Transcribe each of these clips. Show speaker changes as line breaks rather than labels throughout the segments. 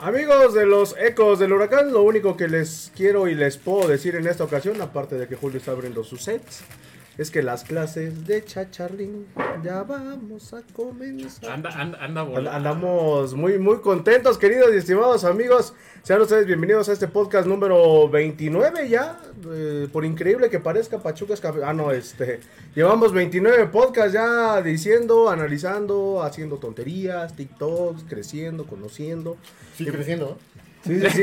Amigos de los ecos del huracán, lo único que les quiero y les puedo decir en esta ocasión, aparte de que Julio está abriendo sus sets, es que las clases de Chacharlín ya vamos a comenzar.
Anda, anda, anda,
And-
bola.
Andamos muy, muy contentos, queridos y estimados amigos. Sean ustedes bienvenidos a este podcast número 29 ya. Eh, por increíble que parezca, Pachuca es campe- Ah, no, este. Llevamos 29 podcasts ya diciendo, analizando, haciendo tonterías, TikToks, creciendo, conociendo.
Sí, creciendo.
Sí, sí, sí.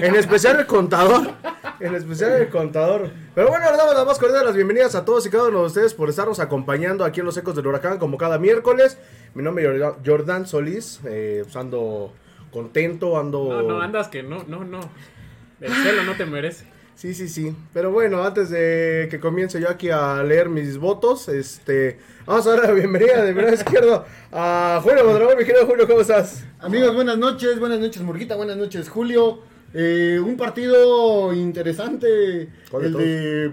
En especial el contador. En especial el contador. Pero bueno, le damos las más cordiales las bienvenidas a todos y cada uno de ustedes por estarnos acompañando aquí en los Ecos del Huracán, como cada miércoles. Mi nombre es Jordan- Jordan Solís. Eh, pues ando contento, ando.
No, no, andas que no, no, no. El cielo no te merece.
Sí, sí, sí. Pero bueno, antes de que comience yo aquí a leer mis votos, este. Vamos a dar la bienvenida de mi lado izquierdo a Julio Mondragón. Mi querido Julio, ¿cómo estás?
Amigos, buenas noches, buenas noches, Murguita, buenas noches, Julio. Eh, un partido interesante,
¿Cuál de
el
todos?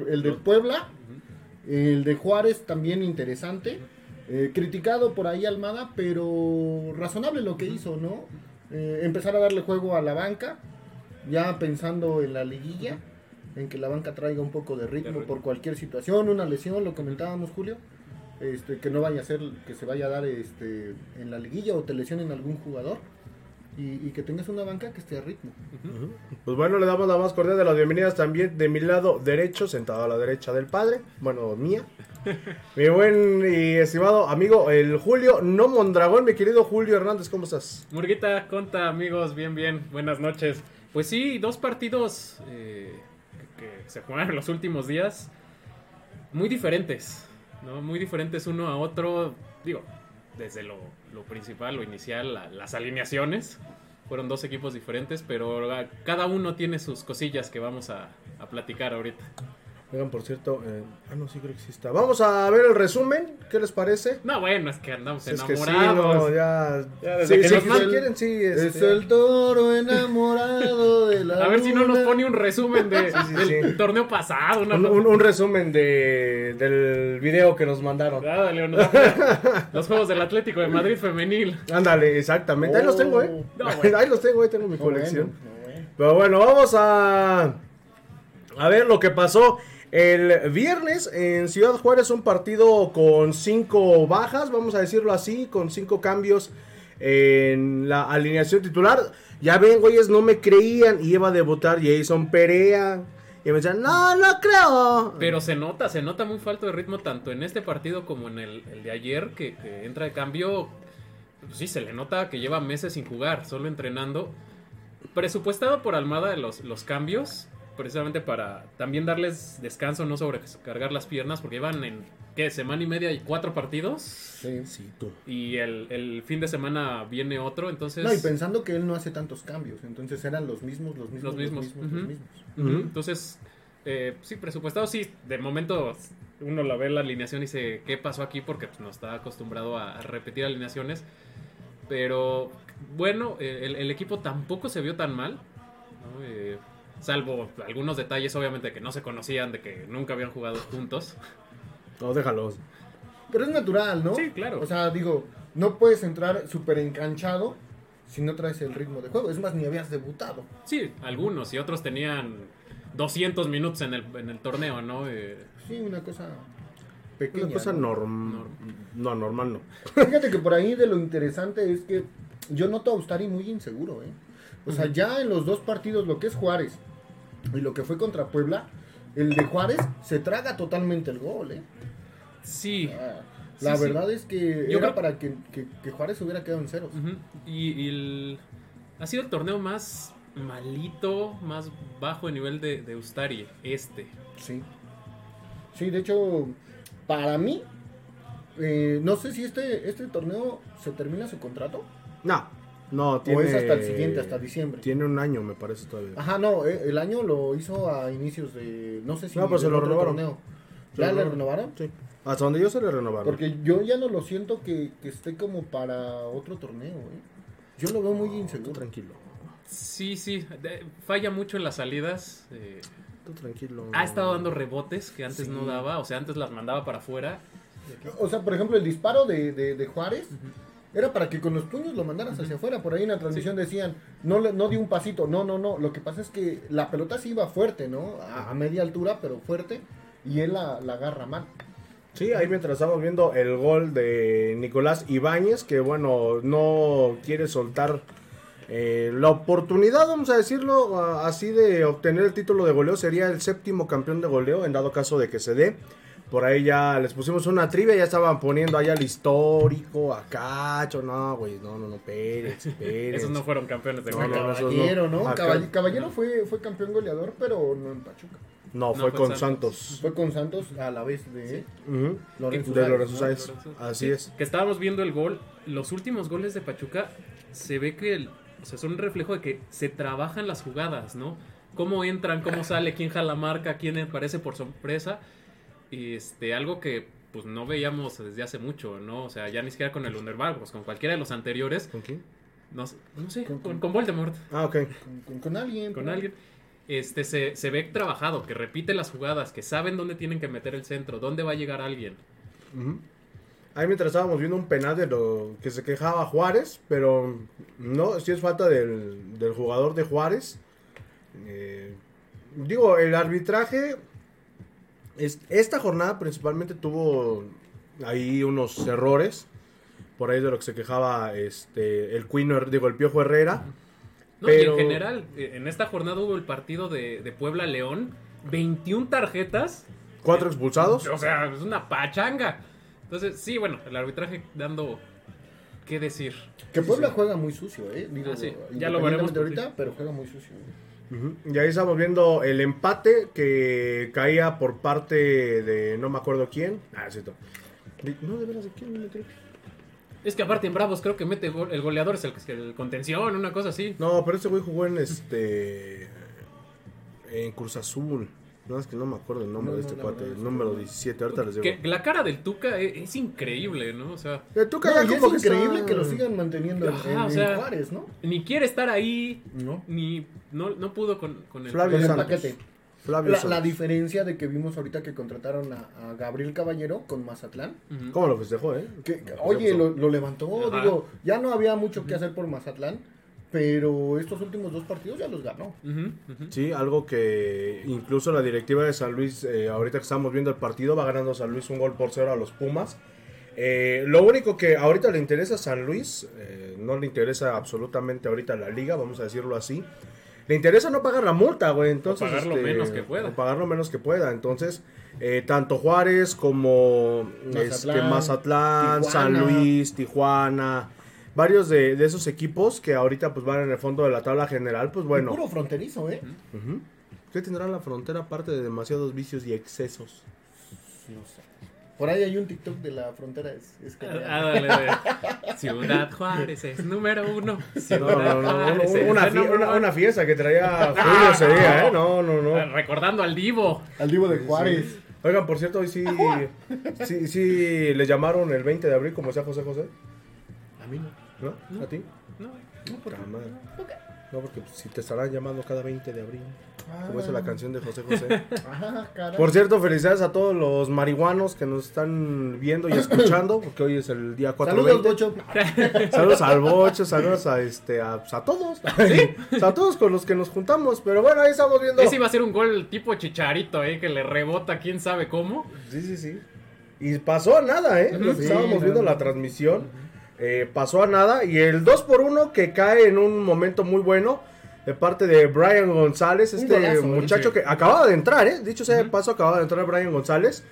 de, el de Puebla, el de Juárez también interesante. Eh, criticado por ahí Almada, pero razonable lo que hizo, ¿no? Eh, empezar a darle juego a la banca, ya pensando en la liguilla, en que la banca traiga un poco de ritmo
ritmo.
por cualquier situación, una lesión, lo comentábamos, Julio. este, que no vaya a ser que se vaya a dar este, en la liguilla o te lesionen algún jugador y, y que tengas una banca que esté a ritmo.
Pues bueno, le damos la más cordial de las bienvenidas también de mi lado derecho, sentado a la derecha del padre, bueno, mía. Mi buen y estimado amigo, el Julio, no Mondragón, mi querido Julio Hernández, ¿cómo estás?
Murguita, conta, amigos, bien, bien. Buenas noches. Pues sí, dos partidos eh, que que se jugaron en los últimos días. Muy diferentes, ¿no? Muy diferentes uno a otro. Digo, desde lo, lo principal, lo inicial, la- las alineaciones. Fueron dos equipos diferentes, pero a- cada uno tiene sus cosillas que vamos a, a platicar ahorita.
Oigan, por cierto, eh, ah, no, sí creo que sí está. Vamos a ver el resumen, ¿qué les parece?
No, bueno, es que andamos
Es que sí, no,
enamorados.
ya...
Ya desde
sí,
que
sí,
nos
si
mandan-
quieren, sí,
Es
este,
el toro enamorado de la
A ver si no nos
luna.
pone un resumen de-
sí,
del
sí.
torneo pasado. Una
un, un- un resumen de, del video que nos mandaron.
Ah, Leonardo. Los Juegos del Atlético de Madrid femenil.
Ándale, exactamente, ahí los tengo, ¿eh?
No, bueno.
Ahí los tengo, ahí tengo mi
No,
colección.
bueno, no, bueno.
Pero bueno, vamos a, a ver lo que pasó el viernes en Ciudad Juárez. Un partido con cinco bajas, vamos a decirlo así, con cinco cambios en la alineación titular. Ya ven, güeyes, no me creían y iba a debutar Jason Perea. Y me decían, no, no creo.
Pero se nota, se nota muy falto de ritmo tanto en este partido como en el, el de ayer, que, que entra de cambio. Pues Sí, se le nota que lleva meses sin jugar, solo entrenando. Presupuestado por Almada los, los cambios, precisamente para también darles descanso, no sobrecargar las piernas, porque iban en, ¿qué? Semana y media y cuatro partidos.
Sí.
Sí, tú.
Y el, el fin de semana viene otro, entonces...
No, y pues, pensando que él no hace tantos cambios, entonces eran los mismos, los mismos, los mismos,
mismos,
los mismos.
ujú. Ujú, Entonces, eh, sí, presupuestado, sí. De momento, uno la ve la alineación y dice, ¿qué pasó aquí? Porque pues, no está acostumbrado a, a repetir alineaciones. Pero, bueno, eh, el, el equipo tampoco se vio tan mal. ¿no? Eh, salvo algunos detalles, obviamente, que no se conocían, de que nunca habían jugado juntos.
No, déjalos.
Pero es natural, ¿no?
Sí, claro.
O sea, digo, no puedes entrar súper enganchado si no traes el ritmo de juego. Es más, ni habías debutado.
Sí, algunos. Y otros tenían 200 minutos en el, en el torneo, ¿no? Eh,
Sí, una cosa pequeña.
Una cosa
¿no?
normal. No, normal no.
Fíjate que por ahí de lo interesante es que yo noto a Ustari muy inseguro, ¿eh? O sea, ya en los dos partidos, lo que es Juárez y lo que fue contra Puebla, el de Juárez se traga totalmente el gol, ¿eh?
sí.
Ah, La
Sí, sí.
verdad es que
Yo
era
creo-
para que, que- que Juárez hubiera quedado en ceros.
Ujú. Y, y el- ha sido el torneo más malito, más bajo de nivel de, de Ustari, este.
Sí. Sí, de hecho, para mí, eh, no sé si este, este torneo se termina su contrato
No, no, tiene.
o es hasta el siguiente, hasta diciembre.
Tiene un año, me parece todavía.
Ajá, no, eh, el año lo hizo a inicios de. No sé si.
No, pero se
del
lo
otro
renovaron.
torneo.
Se
¿Ya
lo
le
renovaron.
renovaron?
Sí. Hasta donde yo se le renovaron.
Porque yo ya no lo siento que, que esté como para otro torneo, ¿eh? Yo lo veo muy
Tú
inseguro.
tranquilo.
Sí, sí, de- falla mucho en las salidas. eh,
Tú tranquilo.
ha estado Ah, dando rebotes que antes
Sí.
no daba, o sea, antes las mandaba para afuera.
O sea, por ejemplo, el disparo de, de- de Juárez Era para que con los puños lo mandaras hacia afuera. Por ahí en la transmisión decían, no, le- no di un pasito. No, no, no. Lo que pasa es que la pelota sí iba fuerte, ¿no? A, a media altura, pero fuerte. Y él la, la agarra mal.
Sí, ahí mientras estamos viendo el gol de Nicolás Ibáñez, que bueno, no quiere soltar eh, la oportunidad, vamos a decirlo a- así, de obtener el título de goleo. Sería el séptimo campeón de goleo, en dado caso de que se dé. Por ahí ya les pusimos una trivia, ya estaban poniendo allá al histórico, a Cacho. No, güey, no, no, no, Pérez, Pérez.
Esos no fueron campeones de
No,
goleo.
no, no. esos
Caballero, ¿no?
Acá-
Caball- Caballero fue, fue campeón goleador, pero no en Pachuca.
No, fue con Santos.
Fue con Santos a la vez de...
Ujú.
Lorenzo
de
Sáenz,
Lorenzo
¿no?
Sáenz.
Lorenzo.
Así es.
Que estábamos viendo el gol. Los últimos goles de Pachuca se ve que el- o sea, son un reflejo de que se trabajan las jugadas, ¿no? Cómo entran, cómo sale, quién jala marca, quién aparece por sorpresa. Y este, algo que pues no veíamos desde hace mucho, ¿no? O sea, ya ni siquiera con el Underbar, pues con cualquiera de los anteriores,
¿Con quién?
no, sé- no sé,
Con-
con, con Voldemort,
Ah, ok.
Con, con- con alguien.
con
¿no?
alguien, este, se, se ve trabajado, que repite las jugadas, que saben dónde tienen que meter el centro, dónde va a llegar alguien.
Ujú. Ahí mientras estábamos viendo un penal de lo que se quejaba Juárez, pero no, sí es falta del, del jugador de Juárez. Eh, digo, el arbitraje, es- esta jornada principalmente tuvo ahí unos errores, por ahí de lo que se quejaba este, el Cuino, Her- digo, el Piojo Herrera.
No,
Pero-
y en general, eh, en esta jornada hubo el partido de, de Puebla-León, 21 tarjetas,
Cuatro expulsados.
o sea, es una pachanga. Entonces, sí, bueno, el arbitraje dando qué decir.
Que Puebla juega muy sucio, ¿eh? Digo,
Ah, sí.
independientemente
Ya lo veremos.
de ahorita, pero juega muy sucio. ¿eh?
Ujú. Y ahí estamos viendo el empate que caía por parte de no me acuerdo quién. Ah, es cierto. De- No, de veras, ¿de quién? No, creo que-
Es que aparte en Bravos creo que mete gol- el goleador es el, el contención, una cosa así.
No, pero ese güey jugó en este. En Cruz Azul. No, es que no me acuerdo el nombre
No,
de
no,
este
la
cuate.
verdad es
El
que
número
no.
17, ahorita les digo.
Que la cara del Tuca e- es, increíble, ¿no? O sea,
Eh, tú,
No,
caray,
y
como
es increíble
está-
que lo sigan manteniendo en,
Ajá,
en-
o
en
sea,
Juárez, ¿no?
ni quiere estar ahí,
No.
ni no, no pudo con, con el...
Flavio
Con el
Pues Santos.
paquete.
Flavio
La,
Santos.
la diferencia de que vimos ahorita que contrataron a, a Gabriel Caballero con Mazatlán.
Ujú.
¿Cómo lo festejó, eh?
Que, que, oye, lo, lo levantó,
Ajá.
digo, ya no había mucho que hacer por Mazatlán, pero estos últimos dos partidos ya los ganó.
Ujú, ujú.
Sí, algo que incluso la directiva de San Luis, eh, ahorita que estamos viendo el partido, va ganando San Luis un gol por cero a los Pumas. Eh, lo único que ahorita le interesa a San Luis, eh, no le interesa absolutamente ahorita la liga, vamos a decirlo así. Le interesa no pagar la multa, güey. Entonces, este,
pagar lo menos que pueda.
o pagar lo menos que pueda. Entonces, eh, tanto Juárez como este,
Mazatlán,
Mazatlán, San
Tijuana.
Luis, Tijuana, varios de, de esos equipos que ahorita pues van en el fondo de la tabla general, pues bueno.
Y Puro fronterizo, ¿eh?
Ujú. ¿Qué tendrá la frontera aparte de demasiados vicios y excesos?
No sé. Por ahí hay un TikTok de la frontera, es, es genial.
Ah, dale, dale. Ciudad Juárez es número uno. Ciudad
No, no, no, no,
Juárez es
una,
el
fie-
número
una-
uno.
una fiesta que traía Julio ese día, ¿eh? No, no,
Ah,
no.
Recordando al Divo.
Al Divo de Juárez.
Oigan, por cierto, hoy sí, sí, sí le llamaron el 20 de abril como sea José José,
A mí no.
¿no? ¿A ti?
No.
Ah, madre. No, porque pues, si te estarán llamando cada 20 de abril, como es
Ah.
la canción de José José.
Ah, caray.
Por cierto, felicidades a todos los marihuanos que nos están viendo y escuchando, porque hoy es el día 4
Saludos, Bocho.
Saludos al Bocho, saludos a este a, pues, a todos. A todos con los que nos juntamos. Pero bueno, ahí estamos viendo.
Ese iba a ser un gol tipo chicharito, eh, que le rebota quién sabe cómo.
Sí, sí, sí. Y pasó a nada, ¿eh? Los que
Sí,
estábamos
no,
viendo
no.
la transmisión. eh, pasó a nada. Y el 2 por 1 que cae en un momento muy bueno. De parte de Brian González,
Un
este
golazo, ¿eh?
muchacho
Sí.
que acababa de entrar, ¿eh? Dicho sea de paso, acababa de entrar Brian González.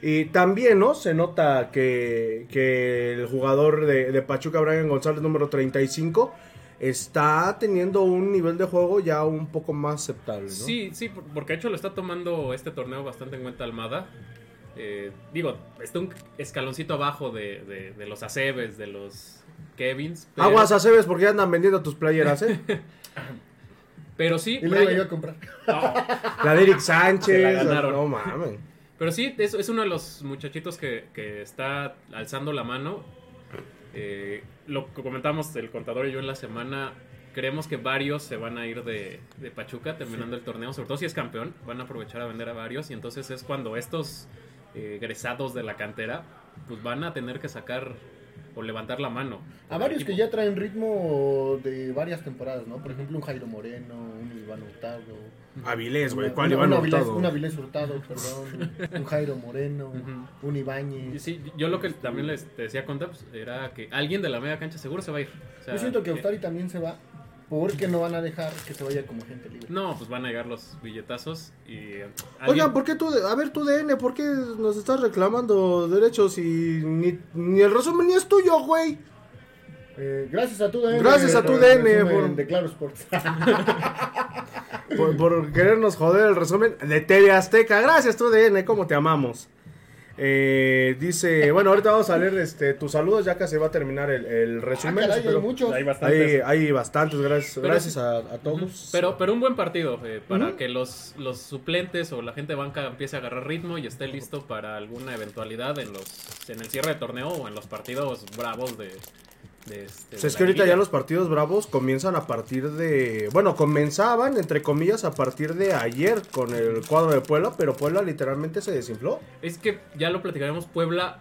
Y también, ¿no? Se nota que, que el jugador de, de Pachuca, Brian González, número 35, está teniendo un nivel de juego ya un poco más aceptable, ¿no?
Sí, sí, por- porque de hecho lo está tomando este torneo bastante en cuenta Almada. Eh, digo, está un escaloncito abajo de, de- de los Acebes, de los Kevins. Pero,
Aguas a Cebes porque ya andan vendiendo tus playeras, ¿eh?
pero sí,
Y luego
Brian-
iba a comprar.
No,
La de Eric
Se
Sánchez.
la ganaron.
No mames.
Pero sí, es, es uno de los muchachitos que, que está alzando la mano. Eh, lo que comentamos el contador y yo en la semana, creemos que varios se van a ir de, de Pachuca terminando el torneo, sobre todo si es campeón, van a aprovechar a vender a varios y entonces es cuando estos eh, egresados de la cantera pues van a tener que sacar o levantar la mano.
A varios que ya traen ritmo de varias temporadas, ¿no? Por ejemplo, un Jairo Moreno, un Iván Hurtado.
Avilés, güey.
una-
¿Cuál
una-
Iván
un Avilés-
Hurtado?
Un Avilés Hurtado, perdón. un Jairo Moreno,
Ujú.
un Ibáñez.
Y sí, yo lo que también les te decía con Taps era que alguien de la media cancha seguro se va a ir. O sea,
Yo siento que
eh,
Austari también se va porque no van a dejar que se vaya como gente libre.
No, pues van a llegar los billetazos y... eh,
Oigan,
alguien-
¿por qué tú, a ver tú DN, ¿por qué nos estás reclamando derechos y ni, ni el resumen ni es tuyo, güey?
Eh, gracias a tu DN.
Gracias a tu
por
DN,
el resumen
por-
De Claro Sports.
Por, por querernos joder el resumen de TV Azteca. Gracias tú DN, ¿cómo te amamos? Eh, dice, bueno, ahorita vamos a leer este, tus saludos ya que se va a terminar el, el resumen.
Ah, caray, hay
espero-
muchos.
Hay bastantes.
hay, hay bastantes, gracias,
Pero
gracias
sí.
a, a todos.
Pero, pero un buen partido eh, para
pues- Ujú.
que los, los suplentes o la gente de banca empiece a agarrar ritmo y esté listo para alguna eventualidad en los en el cierre de torneo o en los partidos bravos de, de este,
O sea,
de
Pues es
la
que ahorita
liguilla.
ya los partidos bravos comienzan a partir de. Bueno, comenzaban, entre comillas, a partir de ayer con el cuadro de Puebla, pero Puebla literalmente se desinfló.
Es que ya lo platicaremos Puebla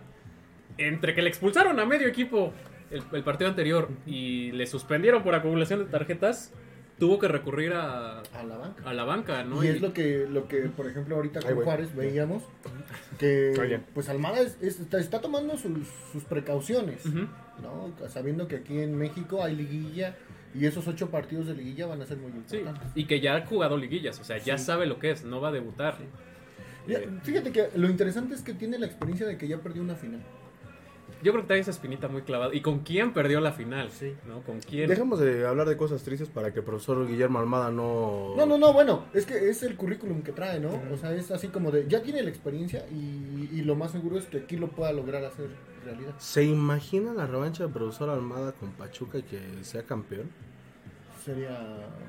entre que le expulsaron a medio equipo el, el partido anterior y le suspendieron por acumulación de tarjetas, tuvo que recurrir a,
A la banca.
a la banca, ¿no?
Y es lo que, lo que por ejemplo, ahorita
Ay,
con
güey.
Juárez veíamos que
Oye.
pues Almada es- es- está, está tomando sus, sus precauciones,
Ujú.
¿no? Sabiendo que aquí en México hay liguilla y esos ocho partidos de liguilla van a ser muy
Sí,
importantes.
y que ya ha jugado liguillas, o sea, ya sabe lo que es, no va a debutar. Eh,
Ya, Fíjate que lo interesante es que tiene la experiencia de que ya perdió una final.
Yo creo que trae esa espinita muy clavada. ¿Y con quién perdió la final? ¿No? ¿Con quién?
Dejemos de hablar de cosas tristes para que el profesor Guillermo Almada no.
Oh.
No, no, no, bueno, es que es el currículum que trae, ¿no? O sea, es así como de, ya tiene la experiencia y, y lo más seguro es que aquí lo pueda lograr hacer realidad.
¿Se imagina la revancha del profesor Almada con Pachuca y que sea campeón?
Sería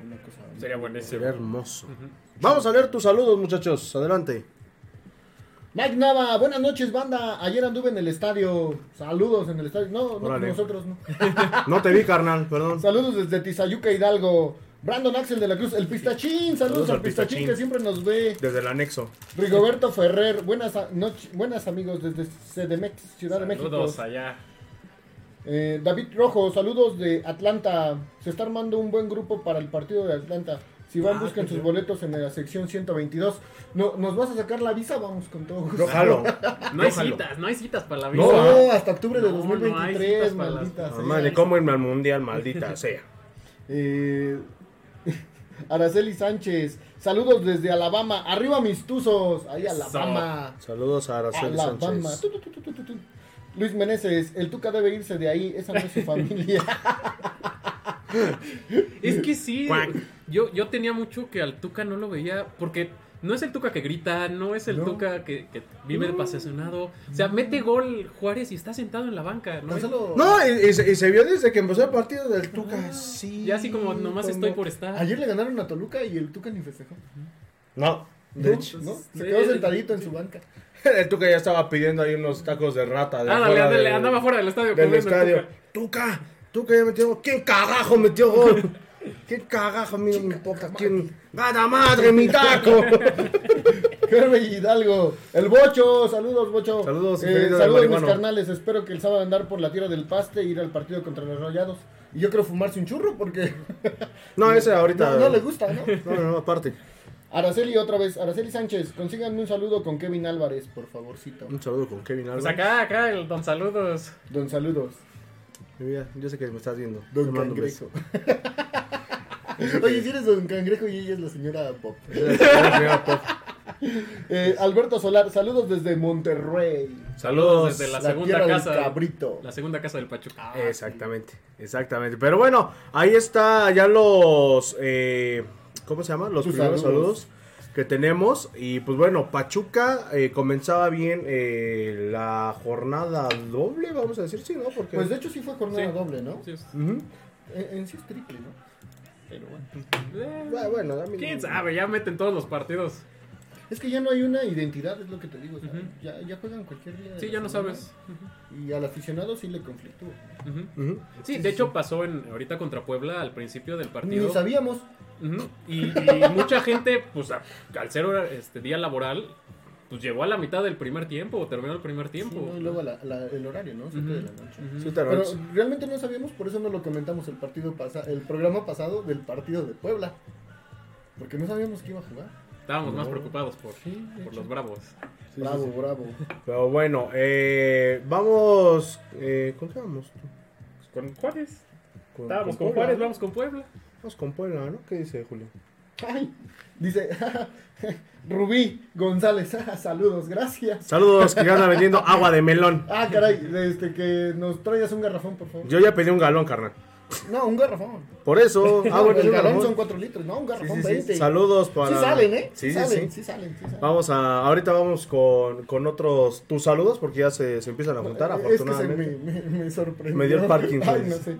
una cosa...
Sería buenísimo.
Sería hermoso.
Ujú.
Vamos a leer tus saludos, muchachos. Adelante.
Mike Nava, buenas noches, banda. Ayer anduve en el estadio. Saludos en el estadio. No, no,
Órale.
nosotros no.
No te vi, carnal, perdón.
Saludos desde Tizayuca Hidalgo. Brandon Axel de la Cruz, el Pistachín. Saludos,
Saludos al
al Pistachín,
Pistachín.
que siempre nos ve.
Desde el anexo.
Rigoberto Ferrer, buenas a- noches, buenas amigos desde CDMX, Ciudad de
Saludos
México.
allá.
Eh, David Rojo, saludos de Atlanta. Se está armando un buen grupo para el partido de Atlanta. Si van,
Ah,
busquen
qué
sus
bien.
boletos en la sección 122. No, ¿Nos vas a sacar la visa? Vamos con todo gusto.
Yo jalo.
No hay
Yo jalo.
citas, no hay citas para la vida.
No,
No,
hasta octubre de
No, no hay
2023,
citas para las-
maldita sea.
Normal, ni cómo irme al mundial, maldita sea.
Eh, Araceli Sánchez, saludos desde Alabama. Arriba mis tuzos. Ahí
Eso.
Alabama.
Saludos a Araceli
Alabama.
Sánchez.
Tu, tu, tu, tu, tu, tu, tu. Luis Meneses, el Tuca debe irse de ahí, esa no es su familia.
Es que sí.
Cuac.
Yo, yo tenía mucho que al Tuca no lo veía porque no es el Tuca que grita, no es el
No.
Tuca que, que vive apasionado. O sea, mete gol Juárez y está sentado en la banca. ¿no?
Tan solo-
No, y, y se, y se vio desde que empezó el partido del Tuca. Sí.
Ah. Ya así como nomás estoy por estar.
Ayer le ganaron a Toluca y el Tuca ni festejó.
No, de
¿No?
hecho.
¿No?
entonces,
Se quedó
sí,
sentadito en su banca.
El Tuca ya estaba pidiendo ahí unos tacos de rata. De
Ah, Ándale,
afuera
ándale,
del-
andaba fuera del
del
estadio. comiendo el
estadio.
Tuca.
Tuca, Tuca ya metió gol. ¿Quién cagajo metió gol? ¿Quién cagajo? Mira, mi poca. ¿Quién? ¡Gana madre, mi taco!
Gerbe Hidalgo, el Bocho, saludos Bocho.
Saludos,
Eh,
ingeniero del
saludos mis
marihuano.
carnales, espero que el sábado andar por la tierra del paste e ir al partido contra los rayados. Y yo creo fumarse un churro porque
No, ese ahorita.
no, no le gusta, ¿no?
No, no, no, aparte.
Araceli otra vez, Araceli Sánchez, consíganme un saludo con Kevin Álvarez, por favorcito.
Un saludo con Kevin Alba.
Pues acá, acá, el don saludos.
Don saludos.
Mi vida, yo sé que me estás viendo. Te
Don
mando un
Cangrejo. Oye, si eres Don Cangrejo y ella es la señora Pop.
beso. Gracias, Pop.
Eh, Alberto Solar, saludos desde Monterrey.
Saludos desde la,
La
segunda
tierra del
casa.
cabrito.
La segunda casa del Pachuca.
Ah, Exactamente, exactamente. Pero bueno, ahí está ya los... eh, ¿Cómo se llama? Los
Tus
primeros
saludos.
saludos. que tenemos. Y pues bueno, Pachuca eh, comenzaba bien eh, la jornada doble, vamos a decir, sí, ¿no? Porque...
Pues de hecho sí fue jornada
Sí.
doble, ¿no?
Sí, es-
Ujú.
Eh, En, en sí es triple, ¿no?
pero bueno.
Bueno,
Eh,
bueno, a mí-
¿Quién sabe? Ya meten todos los partidos.
Es que ya no hay una identidad, es lo que te digo. o sea,
Ujú.
ya, ya juegan cualquier día. de
Sí,
la
ya no
semana,
sabes.
Y al aficionado sí le conflictúa.
Ujú.
Mm,
Ujú.
Sí, de hecho pasó en ahorita contra Puebla al principio del partido.
Ni sabíamos.
Ujú. y, y mucha gente, pues a- al ser hora- este, día laboral, pues llegó a la mitad del primer tiempo, o terminó el primer tiempo.
Sí, ¿no? Y luego la- la- el horario, ¿no? Siete de la noche.
Ujú.
Sí,
Pero
Terrence.
realmente no sabíamos, por eso no lo comentamos el partido pasa, el programa pasado del partido de Puebla. Porque no sabíamos que iba a jugar.
Estábamos más
No.
preocupados por,
de
por
hecho.
los bravos.
Sí,
bravo,
sí, sí.
bravo.
Pero bueno, eh, vamos. eh, ¿Con qué vamos?
Pues Con Juárez.
Con-
Estábamos con,
Puebla,
Juárez,
¿no?
vamos con Puebla.
Vamos con Puebla, ¿no? ¿Qué dice Julio?
Ay, dice Rubí González, ah, saludos, gracias.
Saludos, que anda vendiendo agua de melón.
Ah, caray, este que nos traigas un garrafón, por favor.
Yo ya pedí un galón, carnal.
No, un garrafón.
Por eso.
No,
ah, bueno,
el
un
galón
galón.
son 4 litros, no, un
Sí,
garrafón
sí, sí.
20.
Saludos para.
Sí salen, ¿eh?
Sí, sí,
salen,
sí.
sí salen, sí salen.
Vamos a. Ahorita vamos con, con otros tus saludos porque ya se, se empiezan a juntar,
es que se
afortunadamente.
me, me, me sorprendió.
Me dio el Parkinson.
Ay, no sé.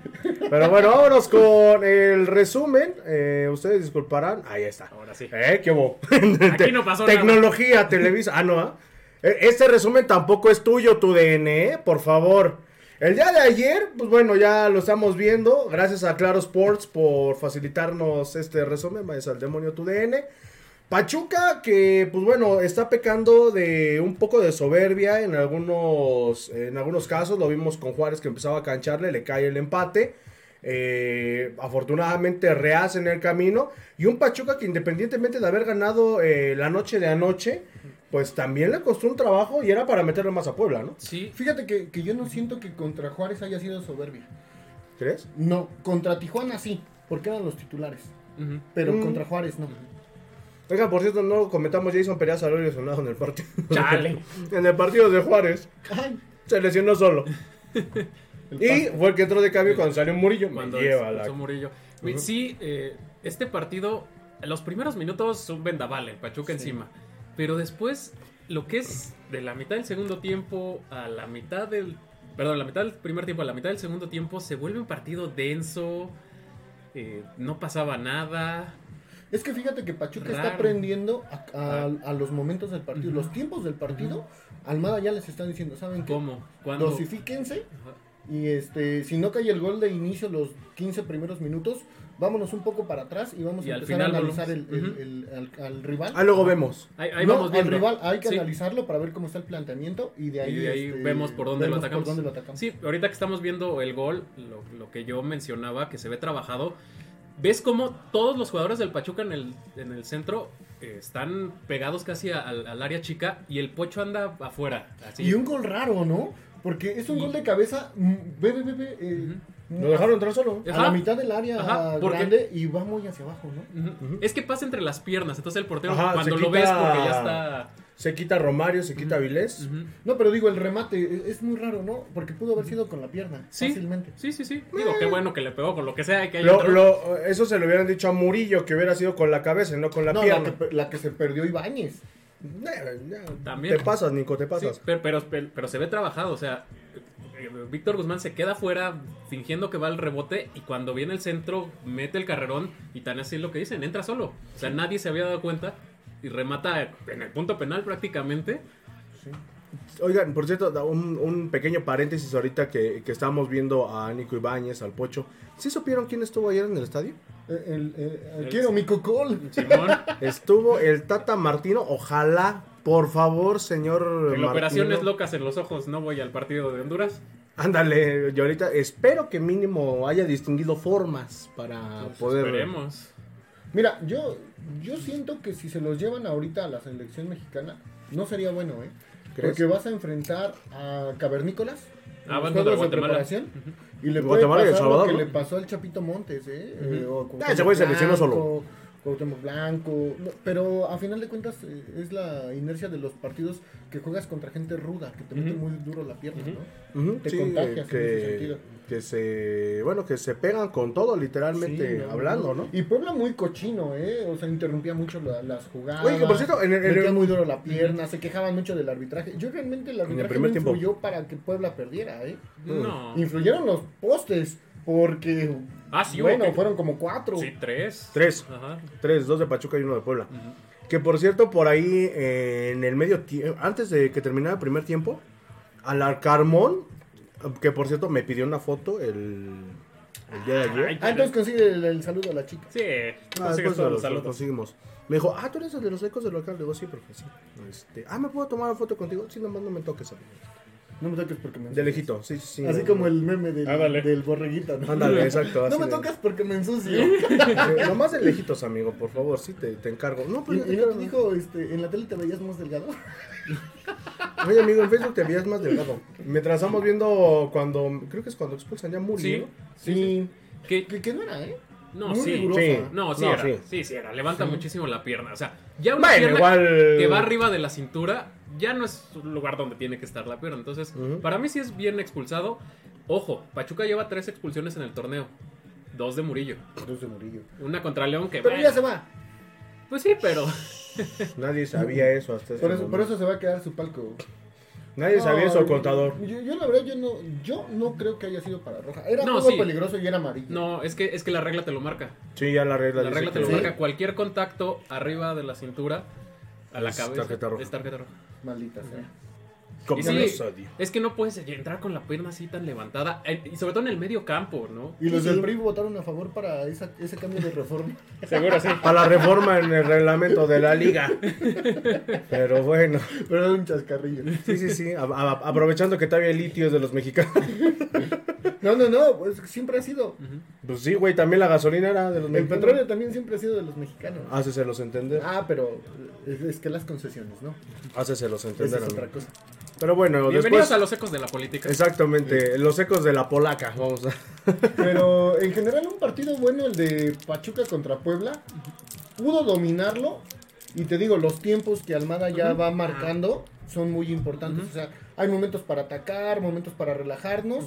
Pero bueno, vámonos con el resumen. Eh, ustedes disculparán. Ahí está.
Ahora sí.
¿Eh? ¿Qué hubo?
Aquí no pasó nada.
Tecnología, Televisa. Ah, no, ¿ah? E- Este resumen tampoco es tuyo, tu DN, ¿eh? por favor. El día de ayer, pues bueno, ya lo estamos viendo. Gracias a Claro Sports por facilitarnos este resumen. Vayas al demonio tu E. DN. Pachuca, que pues bueno, está pecando de un poco de soberbia en algunos, en algunos casos. Lo vimos con Juárez que empezaba a cancharle, le cae el empate. Eh, afortunadamente rehacen el camino. Y un Pachuca que independientemente de haber ganado eh, la noche de anoche, pues también le costó un trabajo y era para meterle más a Puebla, ¿no?
Sí,
Fíjate que, que yo no siento que contra Juárez haya sido soberbia.
¿Crees?
No, contra Tijuana sí, porque eran los titulares.
ujú.
Pero
Mm.
contra Juárez no.
Oiga, por cierto, no comentamos Jason Perea salió lesionado en el partido.
Chale.
en el partido de Juárez.
Ay,
Se lesionó solo.
el
Y
pan.
fue el que entró de cambio cuando salió Murillo.
cuando
me lleva la...
expulsó Murillo. Güey,
Ujú.
Sí, eh, este partido, en los primeros minutos un vendaval, el Pachuca
Sí.
encima. Pero después, lo que es de la mitad del segundo tiempo a la mitad del. Perdón, la mitad del primer tiempo a la mitad del segundo tiempo se vuelve un partido denso. eh, no pasaba nada.
Es que fíjate que Pachuca está
Raro.
aprendiendo a, a-
Raro.
a los momentos del partido,
Ujú.
los tiempos del partido. Almada ya les está diciendo, ¿saben qué?
¿Cómo? ¿Cuándo?
Dosifíquense
Ajá.
y este, si no cae el gol de inicio los 15 primeros minutos, vámonos un poco para atrás y vamos
Y
a
al
empezar
final
a analizar el,
volvemos. Ujú.
el- el- al, al rival.
Ah, luego vemos.
Ahí, ahí
No,
vamos viendo.
al rival hay que
Sí.
analizarlo para ver cómo está el planteamiento y de ahí,
y de ahí
este,
vemos por dónde
vemos
lo atacamos.
por dónde lo atacamos.
Sí, ahorita que estamos viendo el gol, lo, lo que yo mencionaba, que se ve trabajado, ves cómo todos los jugadores del Pachuca en el, en el centro eh, están pegados casi a- al, al área chica y el Pocho anda afuera. Así.
Y un gol raro, ¿no? Porque es un
Y-
gol de cabeza. mm, Ve, ve, ve, ve, eh,
Lo dejaron entrar solo.
A
Ajá.
la mitad del área
Ajá, porque-
grande y va muy hacia abajo, ¿no?
Ujú. Es que pasa entre las piernas, entonces el portero
Ajá,
cuando
se
lo
quita-
ves porque ya está...
Se quita Romario, se quita Vilés.
Ujú.
No, pero digo, el remate e- es muy raro, ¿no? Porque pudo haber sido con la pierna
Sí.
fácilmente. Eh.
Sí, sí, sí. Digo, qué bueno que le pegó con lo que sea que haya
Lo-
entrado.
lo- eso se lo hubieran dicho a Murillo, que hubiera sido con la cabeza y no con la
no, la que,
pierna.
pe- la que se perdió Ibáñez.
Eh, eh,
También.
Te pasas, Nico, te
Sí,
pasas.
pero, pero, pero- pero se ve trabajado, o sea, eh, Víctor Guzmán se queda fuera fingiendo que va al rebote y cuando viene el centro mete el carrerón y tan así es lo que dicen, entra solo. O sea, nadie se había dado cuenta y remata en el punto penal prácticamente.
Oigan, por cierto, da un, un pequeño paréntesis ahorita que, que estábamos viendo a Nico Ibáñez, al Pocho. ¿Sí supieron quién estuvo ayer en el estadio?
Eh, el- eh,
El-
quiero mi cocol.
Simón,
Estuvo el Tata Martino. Ojalá, por favor, señor.
en
Martino.
operaciones locas en los ojos, no voy al partido de Honduras.
Ándale, yo ahorita espero que mínimo haya distinguido formas para
Pues
poder.
Esperemos.
Mira, yo, yo siento que si se los llevan ahorita a la selección mexicana, no sería bueno, ¿eh?
¿Crees?
Porque vas a enfrentar a Cavernícolas. en
Ah,
los
van
juegos
contra
de
Guatemala.
preparación, Y le puede
Guatemala y El
pasar lo
Salvador,
que
¿no? Ah,
le pasó al Chapito Montes, ¿eh? Eh, o Cuauhtémoc
ese güey se lesionó solo.
Blanco, Cuauhtémoc Blanco. No, pero a final de cuentas eh, es la inercia de los partidos que juegas contra gente ruda, que te mete
Ujú.
muy duro la pierna,
Ujú.
¿no?
Ujú,
Te
sí,
contagias en ese
que,
sentido.
que se. Bueno, que se pegan con todo, literalmente
Sí, no,
hablando, ¿no?
Y Puebla muy cochino, ¿eh? O sea, interrumpía mucho la- las jugadas.
Oye, que por cierto, en el- en
metía
el-
muy duro la pierna, se quejaban mucho del arbitraje. Yo realmente el arbitraje
primer
no
tiempo.
influyó para que Puebla perdiera, ¿eh?
No.
Influyeron los postes, porque.
Ah, sí,
bueno,
güey.
fueron como cuatro.
Sí, tres.
Tres.
Ajá.
Tres, dos de Pachuca y uno de Puebla. Que por cierto, por ahí eh, en el medio tie- antes de que terminara el primer tiempo, Alarcarmón, que por cierto me pidió una foto el, el día de ayer.
Ah, entonces consigue el, el saludo a la chica.
Sí,
Ah,
consigues
después
todos
lo,
los
lo
saludos.
conseguimos. Me dijo, ah, tú eres el de los ecos del local. Le digo, sí, profe, sí. Este, ah, ¿me puedo tomar una foto contigo? Sí, nomás no me toques. amigo.
No me toques porque me
De
ensucias.
lejito, sí, sí. sí.
Así como el meme del,
Ándale.
del borreguito. ¿no?
Ándale, exacto.
No
así
me
de-
tocas porque me ensucio.
Eh, nomás de lejitos, amigo, por favor, sí, te, te encargo. No,
Y,
pero yo te
y no
encargo.
te dijo, este, en la tele te veías más delgado.
Oye, amigo, en Facebook te veías más delgado. Mientras estamos viendo cuando, creo que es cuando expulsan ya Muli,
Sí.
¿no?
Sí.
¿Qué?
Que, que no era, ¿eh?
No,
Muy
sí.
rigurosa.
Sí.
No, sí
No,
era.
sí.
Sí. sí, era. Levanta muchísimo la pierna. O sea, ya una
Bueno,
pierna
igual-
que va arriba de la cintura ya no es un lugar donde tiene que estar la pierna. Entonces,
Ujú.
para mí sí es bien expulsado. Ojo, Pachuca lleva tres expulsiones en el torneo. Dos de Murillo.
Cruz de Murillo.
Una contra León que...
Pero
bueno,
ya se va.
Pues sí, pero...
Nadie sabía eso hasta ese
Por eso, por
momento.
eso se va a quedar su palco.
Nadie sabía
No,
eso, contador.
Yo, yo la verdad, yo no, yo no creo que haya sido para roja. Era
No,
juego
sí.
peligroso y era amarillo.
No, es que, es que la regla te lo marca.
Sí, ya la regla
La
dice
regla te lo
que-
marca. Cualquier contacto arriba de la cintura a la
Es
cabeza
tarjeta roja.
es tarjeta roja.
Maldita sea.
Como
Y sí,
los odio.
es que no puedes entrar con la pierna así tan levantada. eh, Y sobre todo en el medio campo, ¿no?
Y los
Sí,
del
sí.
PRI votaron a favor para esa- ese cambio de reforma.
Seguro sí.
Para la reforma en el reglamento de la liga. Pero bueno.
Pero era un chascarrillo.
Sí, sí, sí. a- a- aprovechando que todavía el litio es de los mexicanos.
No, no, no, pues siempre ha sido.
Pues sí, güey, también la gasolina era de los
El
mexicanos.
petróleo también siempre ha sido de los mexicanos.
Háceselos entender.
Ah, pero es, es que las concesiones, ¿no?
Háceselos
Esa
entender.
es otra
amigo.
cosa.
Pero bueno,
Bienvenidos
después.
a los ecos de la política.
Exactamente, los ecos de la polaca. Vamos a.
Pero en general un partido bueno el de Pachuca contra Puebla. Pudo dominarlo. Y te digo, los tiempos que Almada ya va marcando son muy importantes. O sea, hay momentos para atacar, momentos para relajarnos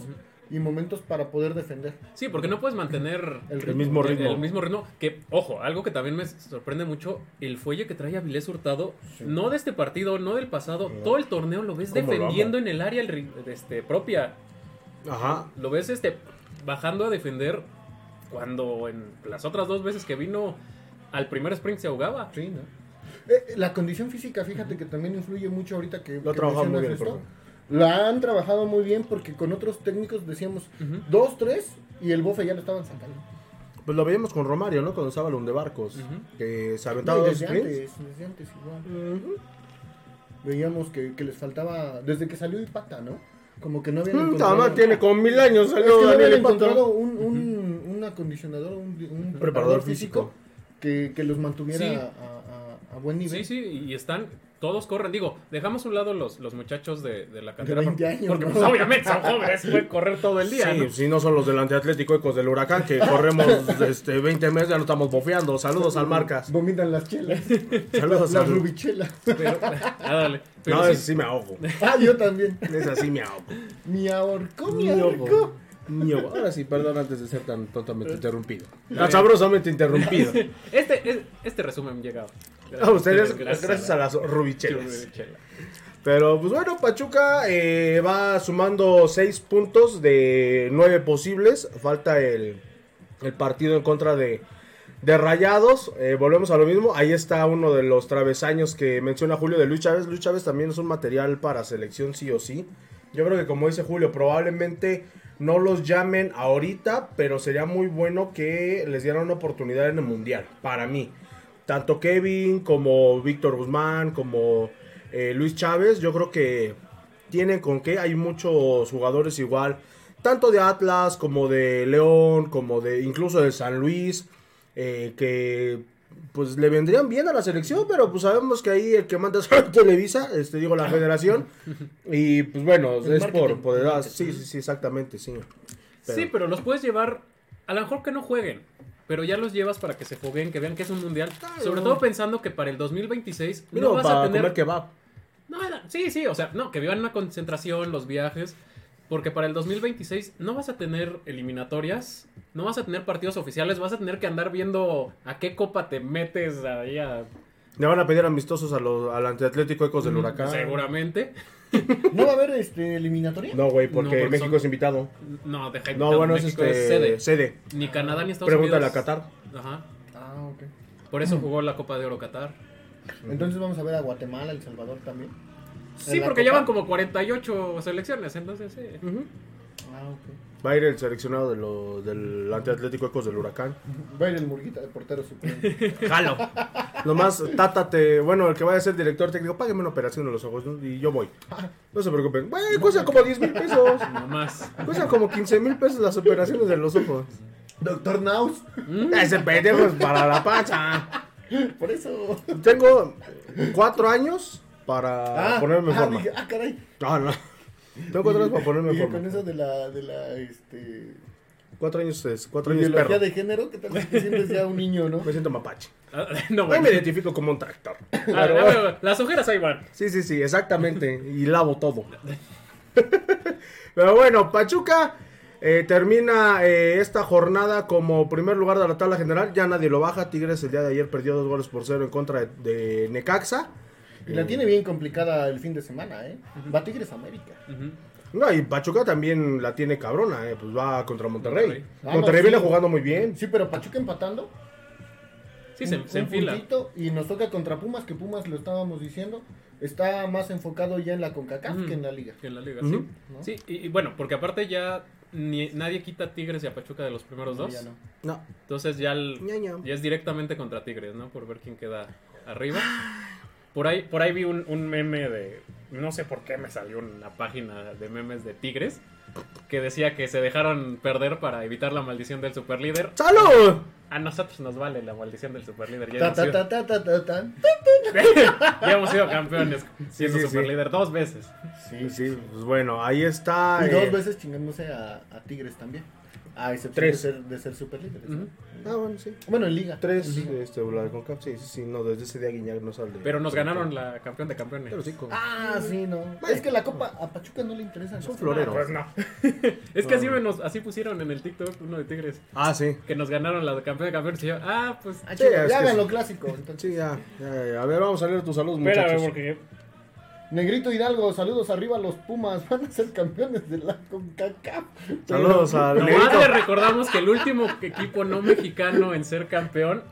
y momentos para poder defender.
Sí, porque no puedes mantener
El
el,
El mismo ritmo.
el mismo ritmo. Que, ojo, algo que también me sorprende mucho, el fuelle que trae Avilés Hurtado, no de este partido, no del pasado, todo el torneo lo ves
¿Cómo lo
defendiendo en el área el ri- este, propia.
Ajá.
Lo ves este, bajando a defender cuando en las otras dos veces que vino al primer sprint se ahogaba.
Sí, ¿no? Eh, la condición física, fíjate que también influye mucho ahorita que...
Lo
que
trabaja muy bien,
mencionas esto.
profe.
La han trabajado muy bien porque con otros técnicos decíamos
Ujú.
dos, tres y el bofe ya lo estaban sacando.
Pues lo veíamos con Romario, ¿no? Con el Sábalo de Barcos.
Ujú.
Que se aventaba
No, y
dos
desde
sprints.
antes, desde antes igual.
Ujú.
Veíamos que, que les faltaba, desde que salió Ipata, ¿no? Como que no habían
Mm,
encontrado,
Tamar tiene con mil años.
Es que no
salió
habían
Daniel Pato.
encontrado un, un, un acondicionador, un, un preparador, físico, que, que los mantuviera
Sí.
a, a- a buen
Sí,
nivel.
sí, y están, todos corren. Digo, dejamos a un lado los, los muchachos de, de la cantera.
20 años,
porque
¿no?
pues, obviamente son jóvenes, pueden correr todo el día.
Sí,
¿no?
si no son los del antiatlético Ecos del Huracán, que corremos este, 20 meses, ya lo estamos bofeando. Saludos al Marcas.
Vomitan las chelas,
Saludos
las
al.
rubichelas.
Pero, ah, dale. Pero
No,
sí,
ese sí me ahogo.
Ah, yo también.
Ese sí me ahogo.
Mi ahorcó, mi ahorcó.
Ñobo. Ñobo. Ahora sí, perdón antes de ser tan tontamente interrumpido. Tan sabrosamente interrumpido.
Este, es- este resumen llegado.
A Ah, ustedes, gracias a las rubichelas. Pero pues bueno, Pachuca eh, va sumando 6 puntos de 9 posibles. Falta el, el partido en contra de, de Rayados. Eh, volvemos a lo mismo. Ahí está uno de los travesaños que menciona Julio de Luis Chávez. Luis Chávez también es un material para selección sí o sí. Yo creo que como dice Julio, probablemente no los llamen ahorita, pero sería muy bueno que les dieran una oportunidad en el Mundial, para mí tanto Kevin como Víctor Guzmán, como eh, Luis Chávez, yo creo que tienen con qué. Hay muchos jugadores igual, tanto de Atlas como de León, como de incluso de San Luis, eh, que pues le vendrían bien a la selección, pero pues sabemos que ahí el que manda es Televisa, este digo la federación, y pues bueno,
El
es por,
marketing.
por edad. Sí, sí, sí, exactamente, sí. Pero-
Sí, pero los puedes llevar. A lo mejor que no jueguen. Pero ya los llevas para que se fogueen, que vean que es un mundial. Sobre todo pensando que para el 2026
Mira,
no vas
para
a tener.
comer kebab.
No, era- sí, sí, o sea, no, que vivan una concentración, los viajes. Porque para el 2026 no vas a tener eliminatorias, no vas a tener partidos oficiales, vas a tener que andar viendo a qué copa te metes ahí a-
Le van a pedir amistosos a los, al antiatlético Ecos del Huracán.
Seguramente.
¿No va a haber este, eliminatoria?
No, güey,
No,
porque
porque
México
son-
es invitado.
No, deja
No, bueno, es
México
este, sede.
sede. Ni Canadá ni Estados
Pregúntale a
Unidos.
Qatar.
Ajá.
Ah, ok.
Por eso jugó la Copa de Oro Qatar.
Entonces vamos a ver a Guatemala, El Salvador también.
Sí,
la
porque
Copa?
llevan como 48 selecciones, entonces sí.
Ah, ok.
Va a ir el seleccionado de lo- del antiatlético Ecos del Huracán.
Va a ir el Murguita de portero suplente.
Jalo. Nomás tátate. Bueno, el que vaya a ser director técnico, págueme una operación en los ojos ¿no? y yo voy. No se preocupen. Güey, cuesta como 10 mil pesos.
Nomás.
Cuesta como 15 mil pesos las operaciones de los ojos.
Doctor Naus.
Ese pendejo es para la panza.
Por eso.
Tengo cuatro años para ponerme en
ah,
forma.
dije, ah, caray.
No, no. Tengo cuatro años para ponerme en
Dije, con
forma.
eso de la, de la, este...
Cuatro años es, cuatro años
Ideología
perro.
de género, ¿qué tal si te sientes ya un niño, no?
Me siento mapache.
Ah, No,
Hoy
bueno.
me identifico como un tractor.
Ah,
Pero
ah,
bueno.
bueno, Las ojeras ahí van.
Sí, sí, sí, exactamente. Y lavo todo. Pero bueno, Pachuca eh, termina eh, esta jornada como primer lugar de la tabla general. Ya nadie lo baja. Tigres el día de ayer perdió dos goles por cero en contra de, de Necaxa.
Y la tiene bien complicada el fin de semana, ¿eh? Va Tigres América.
Ujú.
No, y Pachuca también la tiene cabrona. eh, Pues va contra Monterrey.
Monterrey.
Ah,
Monterrey
no, sí.
viene jugando muy bien.
Sí, pero Pachuca empatando.
Sí, se,
un-
se
un
enfila.
puntito, y nos toca contra Pumas, que Pumas lo estábamos diciendo, está más enfocado ya en la CONCACAF
Ujú.
que en la liga.
En la liga,
Ujú.
sí. Sí, y, y bueno, porque aparte ya ni- nadie quita a Tigres y a Pachuca de los primeros
No,
dos.
ya no.
No,
Entonces ya, el-
Ña, ña.
ya es directamente contra Tigres, ¿no? Por ver quién queda arriba. Por ahí, por ahí vi un, un meme de. No sé por qué me salió una página de memes de Tigres. Que decía que se dejaron perder para evitar la maldición del superlíder.
¡Salud!
A nosotros nos vale la maldición del superlíder. Ya
Ta,
hemos
ta,
sido,
ta, ta, ta, ta, ta.
ya hemos sido campeones siendo
sí, sí.
superlíder dos veces.
Sí, sí, pues bueno, ahí está.
Y dos
eh,
veces chingándose a, a Tigres también. A excepción
Tres.
de ser, de ser superlíderes, ¿no?
Ujú.
Ah, bueno, sí.
Bueno, en liga.
Tres,
En liga.
este, la de Concacaf, sí, sí, sí, no, desde ese día Guiñac no sale.
Pero nos ganaron la campeón de campeones.
Pero sí, con-
Ah, sí, no. Es que la copa a Pachuca no le interesa.
Es un
¿no?
florero.
Pues no. es que así, me nos- así pusieron en el TikTok uno de Tigres.
Ah, sí.
Que nos ganaron la campeón de campeones. Y yo, ah, pues.
Ah,
Sí,
chico,
es que
ya hagan
sí.
lo clásico. entonces.
Sí, ya, ya, ya. A ver, vamos a leer tus saludos,
Espera,
muchachos.
porque.
Negrito Hidalgo, saludos arriba los Pumas. Van a ser campeones de la CONCACAF.
Saludos a
Nomás le
Negrito,
recordamos que el último equipo no mexicano en ser campeón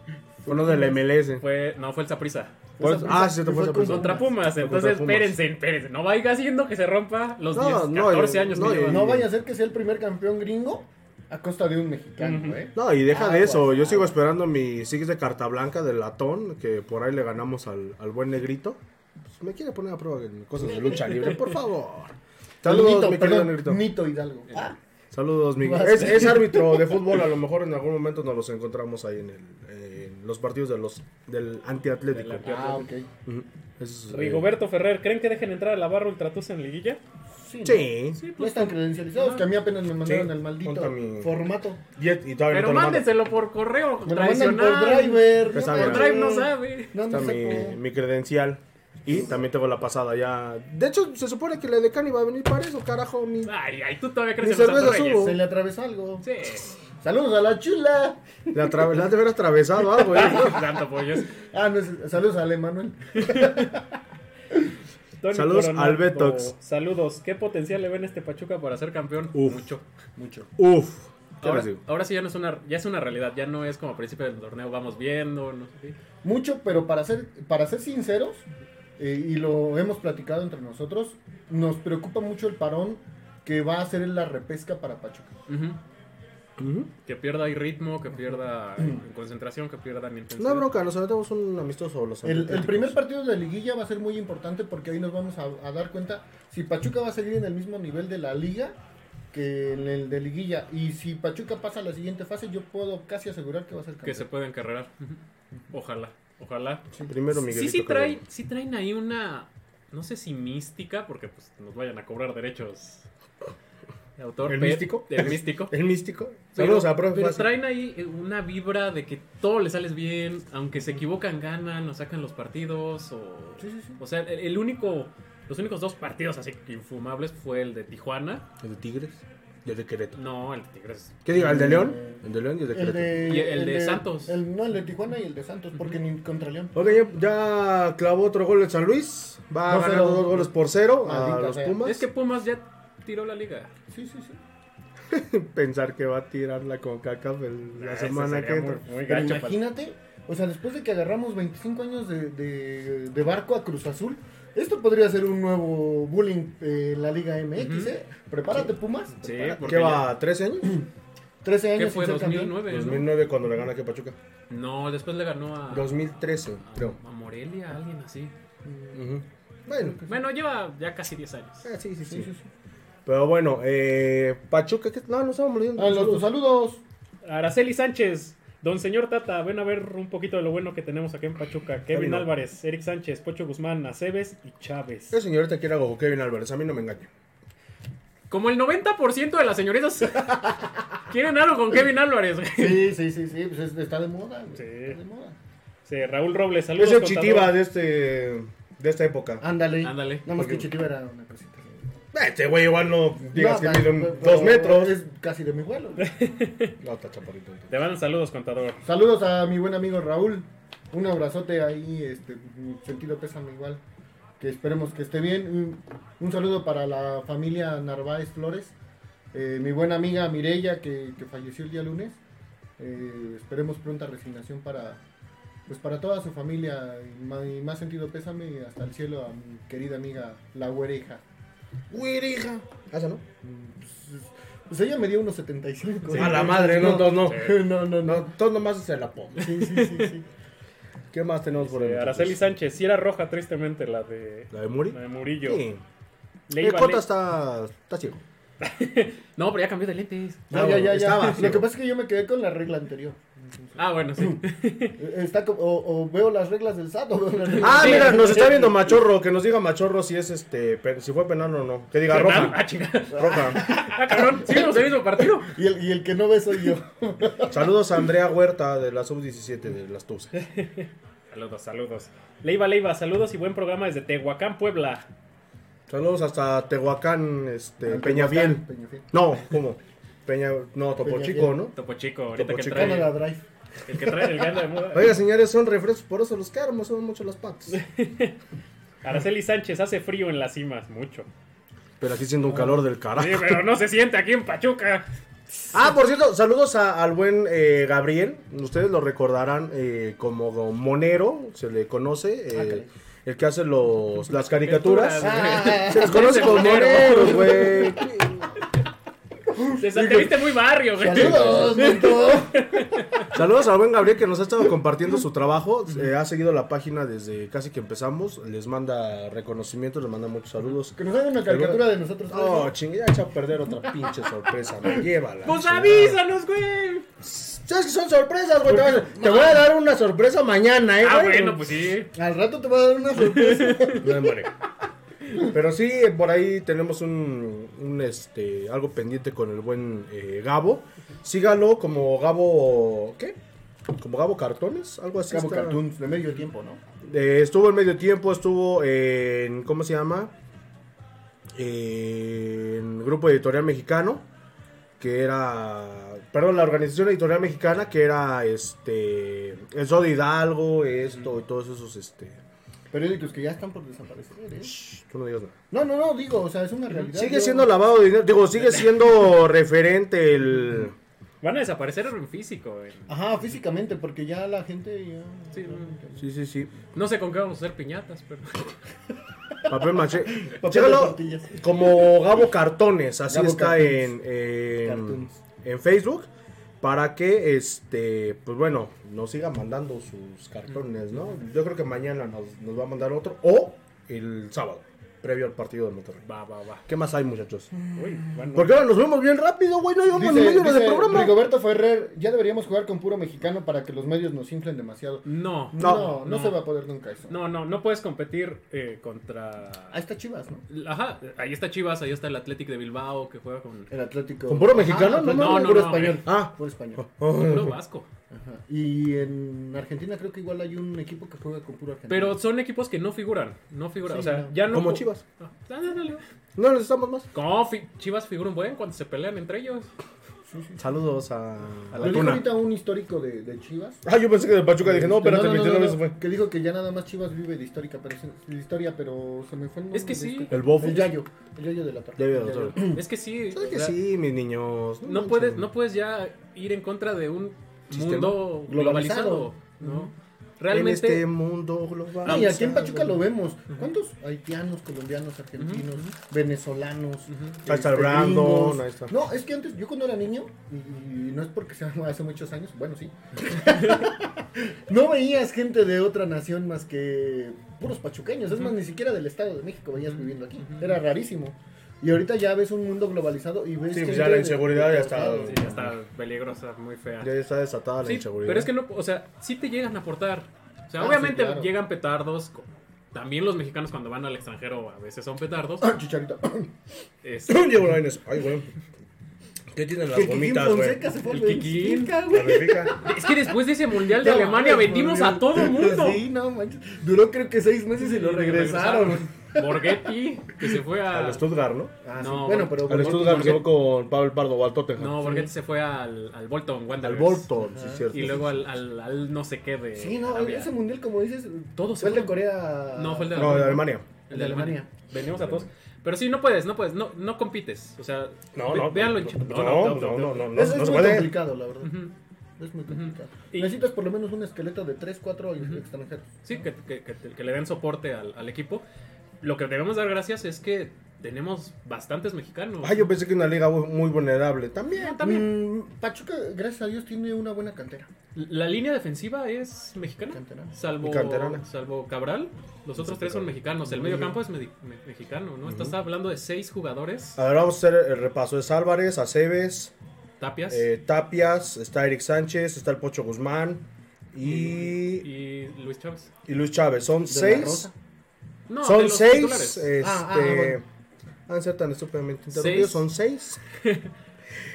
uno de la MLS.
fue. No, fue el Saprisa.
Pues- ah, sí, te fue
Fue
esa
con-
persona.
Contra Pumas.
Fue
Entonces,
contra Pumas.
espérense, espérense. No vaya haciendo que se rompa los
No,
10,
no,
14
y-
años
no,
que
y-
llevan.
No vaya a ser que sea el primer campeón gringo a costa de un mexicano,
Ujú.
¿eh?
No, y deja
Ah,
de eso.
pues,
Yo
ah.
sigo esperando mi Six de carta blanca del latón, que por ahí le ganamos al, al buen negrito. Pues me quiere poner a prueba en cosas de lucha libre, por favor. Saludos,
Ah. Nito,
mi querido
perdón,
negrito.
Nito Hidalgo. Ah,
Saludos, Miguel.
Vas.
Es, es árbitro de fútbol, a lo mejor en algún momento nos los encontramos ahí en, el, en los partidos de los, del antiatlético.
Del
ah, ok.
Ujú. Es, eh,
Rigoberto Ferrer, ¿creen que dejen entrar a la barra Ultratus en liguilla?
Sí.
Sí.
Sí,
No
pues.
están credencializados, que a mí apenas me mandaron
Sí,
el maldito
ponte mi-
formato.
Y, y todavía
Pero
no te lo mando.
mándenselo por correo.
Me lo mandan por
tradicional.
driver.
Pues,
no
a ver.
Por
manches.
drive no sabe.
No,
Está
no sé
mi,
cómo.
mi credencial. Y también tengo la pasada ya. De hecho, se supone que la decana iba a venir para eso, carajo. Ni...
Ay, ay, tú todavía crees
Ni
en los
cerveza
Santos Reyes.
subo.
Se le atravesó algo.
Sí.
Saludos a la chula.
La, atra- la has de haber atravesado algo, ¿eh?
Santo pollos.
Ah, no, es- saludos a Ale Manuel.
Tony
Saludos
Coronado,
al Betox.
Saludos. ¿Qué potencial le ven a este Pachuca para ser campeón?
Uf.
Mucho, mucho.
Uf. ¿Qué
Ahora,
les digo?
ahora sí ya no es una ya es una realidad, ya no es como al principio del torneo vamos viendo, no sé qué.
Mucho, pero para ser, para ser sinceros, eh, y lo hemos platicado entre nosotros, nos preocupa mucho el parón que va a hacer la repesca para Pachuca.
Ujú.
Ujú.
Que pierda ahí ritmo, que pierda en concentración, que pierda en intensidad.
No, bronca, nos aventamos un amistoso. Los
El, el
Atléticos.
primer partido de liguilla va a ser muy importante porque ahí nos vamos a, a dar cuenta si Pachuca va a seguir en el mismo nivel de la liga que en el de liguilla. Y si Pachuca pasa a la siguiente fase, yo puedo casi asegurar que va a ser
que se
campeón.
puede encarrerar. Ujú. Ojalá, ojalá.
Primero
Sí,
Miguelito.
sí traen,
Calderón.
sí traen ahí una no sé si mística porque pues nos vayan a cobrar derechos de autor.
¿El
pe-
místico?
El místico.
El místico.
Pero,
Saludos a profe.
pero
Fácil.
traen ahí eh, una vibra de que todo le sales bien, aunque se equivocan, ganan, o sacan los partidos, o...
Sí, sí, sí.
O sea, el, el único... Los únicos dos partidos así que infumables fue el de Tijuana.
¿El de Tigres? ¿Y el de Querétaro?
No, el de Tigres.
¿Qué digo? ¿El de León?
Eh,
El de León y el de
El
Querétaro.
de,
Y el de Santos.
el- no, el de Tijuana y el de Santos, porque ni contra León.
Ok, ya, ya clavó otro gol el San Luis. Va
No,
ganando
cero.
dos goles por cero a
Maldita
los
sea.
Pumas.
Es que Pumas ya tiró la liga.
Sí, sí, sí.
pensar que va a tirar la CONCACAF el- la
Ah, eso
semana
sería
que
muy-
entra.
muy
Pero
gacho, pues.
imagínate, o sea, después de que agarramos 25 años de, de- de barco a Cruz Azul, Esto podría ser un nuevo bullying eh, en la Liga MX,
Ujú.
¿eh? Prepárate, Pumas.
Sí,
prepárate.
porque
¿Qué va? ¿13 años?
13
ya-
años
¿Qué
sin
fue?
ser campeón.
2009. ¿no?
2009 cuando le gana aquí a Pachuca.
No, después le ganó a,
2013,
a-
creo.
a Morelia, alguien así.
Ujú. Bueno,
Bueno, lleva ya casi 10 años.
eh, sí, sí, sí.
Sí, sí, sí.
Pero bueno, eh, Pachuca, ¿qué? No, no estamos olvidando.
Ah, los tus saludos.
Araceli Sánchez, don señor Tata, ven a ver un poquito de lo bueno que tenemos aquí en Pachuca. Kevin
no.
Álvarez, Eric Sánchez, Pocho Guzmán, Aceves y Chávez.
Esa señorita quiere algo con Kevin Álvarez, a mí no me engaña.
Como el 90% de las señoritas quieren algo con Kevin Álvarez. güey.
Sí, sí, sí, sí. Pues es- está de moda. güey,
Sí.
Está de moda.
Sí, Raúl Robles, saludos.
Es el
contador.
Chitiva de, este, de esta época.
Ándale.
Ándale.
Nada más que
Porque-
Chitiba era una cosita.
Este güey igual no digas
No,
que mide
pero-
un-
pero-
dos metros.
Es casi de mi vuelo. güey.
No, está chaparrito. entonces.
Te mandan saludos, contador.
Saludos a mi buen amigo Raúl. Un abrazote ahí, este, mi sentido pésame igual. Que esperemos que esté bien. Un, un saludo para la familia Narváez Flores. Eh, mi buena amiga Mirella, que, que falleció el día lunes. Eh, esperemos pronta resignación para, pues para toda su familia. Y ma- y más, sentido pésame y hasta el cielo a mi querida amiga La Güereja.
Güey, hija. Ah, ¿esa no?
Pues, pues ella me dio unos 75.
a la madre, no, no, no.
No, no,
No,
no.
todos nomás se la pongo.
Sí, sí, sí, sí.
¿Qué más tenemos por ahí?
Eh, Araceli Sánchez, si era roja, tristemente, la de,
¿La de Muri?
la de Murillo.
Sí. El
Leiva,
Cota
Le-
está, está ciego.
No, pero ya cambió de lentes.
No,
Ah,
ya,
bueno,
ya, ya.
estaba
Lo
ciego.
que pasa es que yo me quedé con la regla anterior.
Ah, bueno, sí.
Eh, Está como- o, o veo las reglas del SAT o veo las reglas
Ah,
del-
mira, nos está viendo Machorro. Que nos diga Machorro si es este, pe- si fue penal o no. Que diga
Penal.
roja.
Ah, chingada.
Roja.
Ah, cabrón, seguimos el mismo partido.
Y el, y el que no ve soy yo.
Saludos a Andrea Huerta de la sub-17 de las Tuces.
Saludos, saludos. Leiva, Leiva, saludos y buen programa desde Tehuacán, Puebla.
Saludos hasta Tehuacán, este, Peñafiel.
Peñafiel.
No, ¿cómo? Peña, no, Topo
Peñafiel.
Chico, ¿no?
Topo Chico, ahorita
Topo
que
Chico.
trae.
Canada Drive.
El que trae el gano de moda.
Oiga, señores, son refrescos, por eso los caros, son mucho las patas.
Araceli Sánchez, hace frío en las cimas, mucho.
Pero aquí
Ah.
siendo un calor del
Sí,
carajo.
pero no se siente aquí en Pachuca.
Ah, por cierto, saludos a- al buen eh, Gabriel. Ustedes lo recordarán eh, como Monero, se le conoce. eh,
Ah, caray.
el que hace los, las caricaturas.
Ah,
Se les conoce como Moneros, güey.
Te te viste muy barrio, güey.
saludos, Monto.
Saludos al buen Gabriel que nos ha estado compartiendo su trabajo. eh, ha seguido la página desde casi que empezamos. Les manda reconocimientos, les manda muchos saludos.
Que nos hagan una caricatura de nosotros.
Oh,
todos.
chingue, ya echa a perder otra pinche sorpresa, me llévala.
Pues
chingada.
avísanos, güey.
¿Sabes que son sorpresas, güey? Te, vas a- te voy a dar una sorpresa mañana, eh,
Ah,
güey.
bueno, pues sí.
Oh.
Al rato te va a dar una sorpresa.
No me muere. Pero sí, por ahí tenemos un, un, este, algo pendiente con el buen eh, Gabo. Sígalo como Gabo, ¿qué? Como Gabo Cartones, algo así.
Cabo
está.
Cartoons de medio tiempo, ¿no?
Eh, estuvo en medio tiempo, estuvo en, ¿cómo se llama? En Grupo Editorial Mexicano, que era, perdón, la Organización Editorial Mexicana, que era, este, el Sol de Hidalgo, esto y todos esos, este,
Periódicos que ya están por desaparecer, ¿eh?
tú no digas nada.
No, no, no, digo, o sea, es una realidad.
Sigue
Yo-
siendo lavado de dinero, digo, sigue siendo referente el...
Van a desaparecer en físico, güey.
Ajá, físicamente, porque ya la gente ya...
Sí,
Sí, sí, sí.
No sé con qué vamos a hacer piñatas, pero.
Papel maché.
de
Chécalo
tortillas.
como Gabo Cartones, así
Gabo
está
Cartoons.
en, en-
Cartoons.
en Facebook. Para que, este, pues bueno, nos siga mandando sus cartones, ¿no? Yo creo que mañana nos, nos va a mandar otro o el sábado, previo al partido de Monterrey.
Va, va, va.
¿Qué más hay, muchachos?
Uy, bueno.
Porque ahora nos vemos bien rápido, güey, no llevamos ni medio hora de
Mm. dice
programa.
Rigoberto Ferrer, ya deberíamos jugar con puro mexicano para que los medios nos inflen demasiado.
No.
No.
No, no,
no.
se va a poder nunca eso.
No, no, no puedes competir eh, contra.
Ahí está Chivas, ¿no?
Ajá, ahí está Chivas, ahí está el Athletic de Bilbao que juega con.
El Atlético.
¿Con puro mexicano?
Ah,
No,
no, no,
puro
no,
español.
Ah.
Puro español.
Puro vasco.
Ajá. Y en Argentina creo que igual hay un equipo que juega con puro argentino.
Pero son equipos que no figuran. No figuran.
Sí,
o sea,
no.
ya no.
Como Chivas.
Ah, dale, dale.
No necesitamos más.
¿Cómo fi- Chivas figuran buen cuando se pelean entre ellos?
Saludos a,
Lo dijo ahorita un histórico de, de Chivas.
Ah, yo pensé que de Pachuca dije, no,
Este,
espérate,
no,
mi
no, no,
entrenador
no,
se fue.
Que dijo que ya nada más Chivas vive de histórica, pero se, de historia, pero se me fue el
Es que
nombre de
sí.
este-
El bofo.
El Yayo. El Yayo de la Torre.
Ya veo,
El Yayo.
doctor.
Es que sí.
¿Sabes
o
que
sea,
sí, mis niños?
No
manchen.
puedes, no puedes ya ir en contra de un
Sistema
mundo
globalizado.
globalizado, ¿no?
en
Realmente,
este mundo global.
No, y aquí en Pachuca lo vemos. ¿Cuántos haitianos, colombianos, argentinos, venezolanos? este,
Ahí está el Brandon,
gringos?
ahí está.
No, es que antes, yo cuando era niño, y, y no es porque sea hace muchos años, bueno, sí. no veías gente de otra nación más que puros pachuqueños. Es más, ni siquiera del Estado de México veías viviendo aquí. Era rarísimo. Y ahorita ya ves un mundo globalizado y ves.
Sí, pues
gente
ya la
de-
inseguridad
de
ya
todos
está-
lados.
sí, ya está peligrosa, muy fea.
Ya está desatada la
Sí,
inseguridad.
pero es que no, o sea, sí te llegan a aportar. O sea,
Ah,
obviamente
sí, claro.
llegan petardos. co- También los mexicanos cuando van al extranjero a veces son petardos.
Ah, chicharito.
Es-
Diego Lainez, Ay, güey. ¿Qué tienen las
El Kikín
gomitas, güey?
Fonseca se fue
El
al
Kikín.
Benfica, güey.
La verifica.
Es que después de ese mundial de
No,
Alemania
mames,
vendimos
Gabriel.
a todo mundo.
Sí, no manches. Duró creo que seis meses y lo
Y
regresaron.
Borghetti, que se fue a.
Al Stuttgart, ¿no?
Ah,
No,
Bueno, pero
Al
bueno,
Stuttgart
porque-
se fue con Pablo Pardo o al Tottenham.
No, Borghetti se fue al, al Bolton
Al
Wanderers.
Bolton, sí, cierto.
Y luego al, al, al no sé qué de.
Sí, no,
Arabia.
ese mundial, como dices,
Todo se
fue el de
fue.
Corea.
No, fue el de
No, de Alemania.
El de Alemania.
Alemania.
Vendimos a todos. Pero sí, no puedes, no puedes, no, no compites. O sea,
No,
ve-
no.
véanlo en
no,
chi-
no, no, no, no, no,
Es, es
no se
muy
puede.
complicado, la verdad.
Ujú.
Es muy complicado.
Y-
Necesitas por lo menos un esqueleto de 3, 4 extranjeros.
Sí, que, que- que- que le den soporte al, al equipo. Lo que debemos dar gracias es que tenemos bastantes mexicanos.
Ay, yo pensé que una liga muy- muy vulnerable. También.
No, también.
Mm, Pachuca, gracias a Dios, tiene una buena cantera.
La línea defensiva es mexicana.
Canterana.
Salvo,
Canterana.
salvo Cabral, los otros tres son mexicanos. El medio campo es medi- me- mexicano, ¿no? Estás hablando de seis jugadores.
A ver, vamos a hacer el repaso. Es Álvarez, Aceves,
Tapias.
eh, Tapias, está Eric Sánchez, está el Pocho Guzmán y,
y Luis Chávez.
y Luis Chávez. Son
De la
seis.
Rosa.
No, de
Son
los
seis.
titulares.
Este.
Ah, ah, bueno.
Han ser tan estúpidamente interrumpidos.
Seis.
Son seis.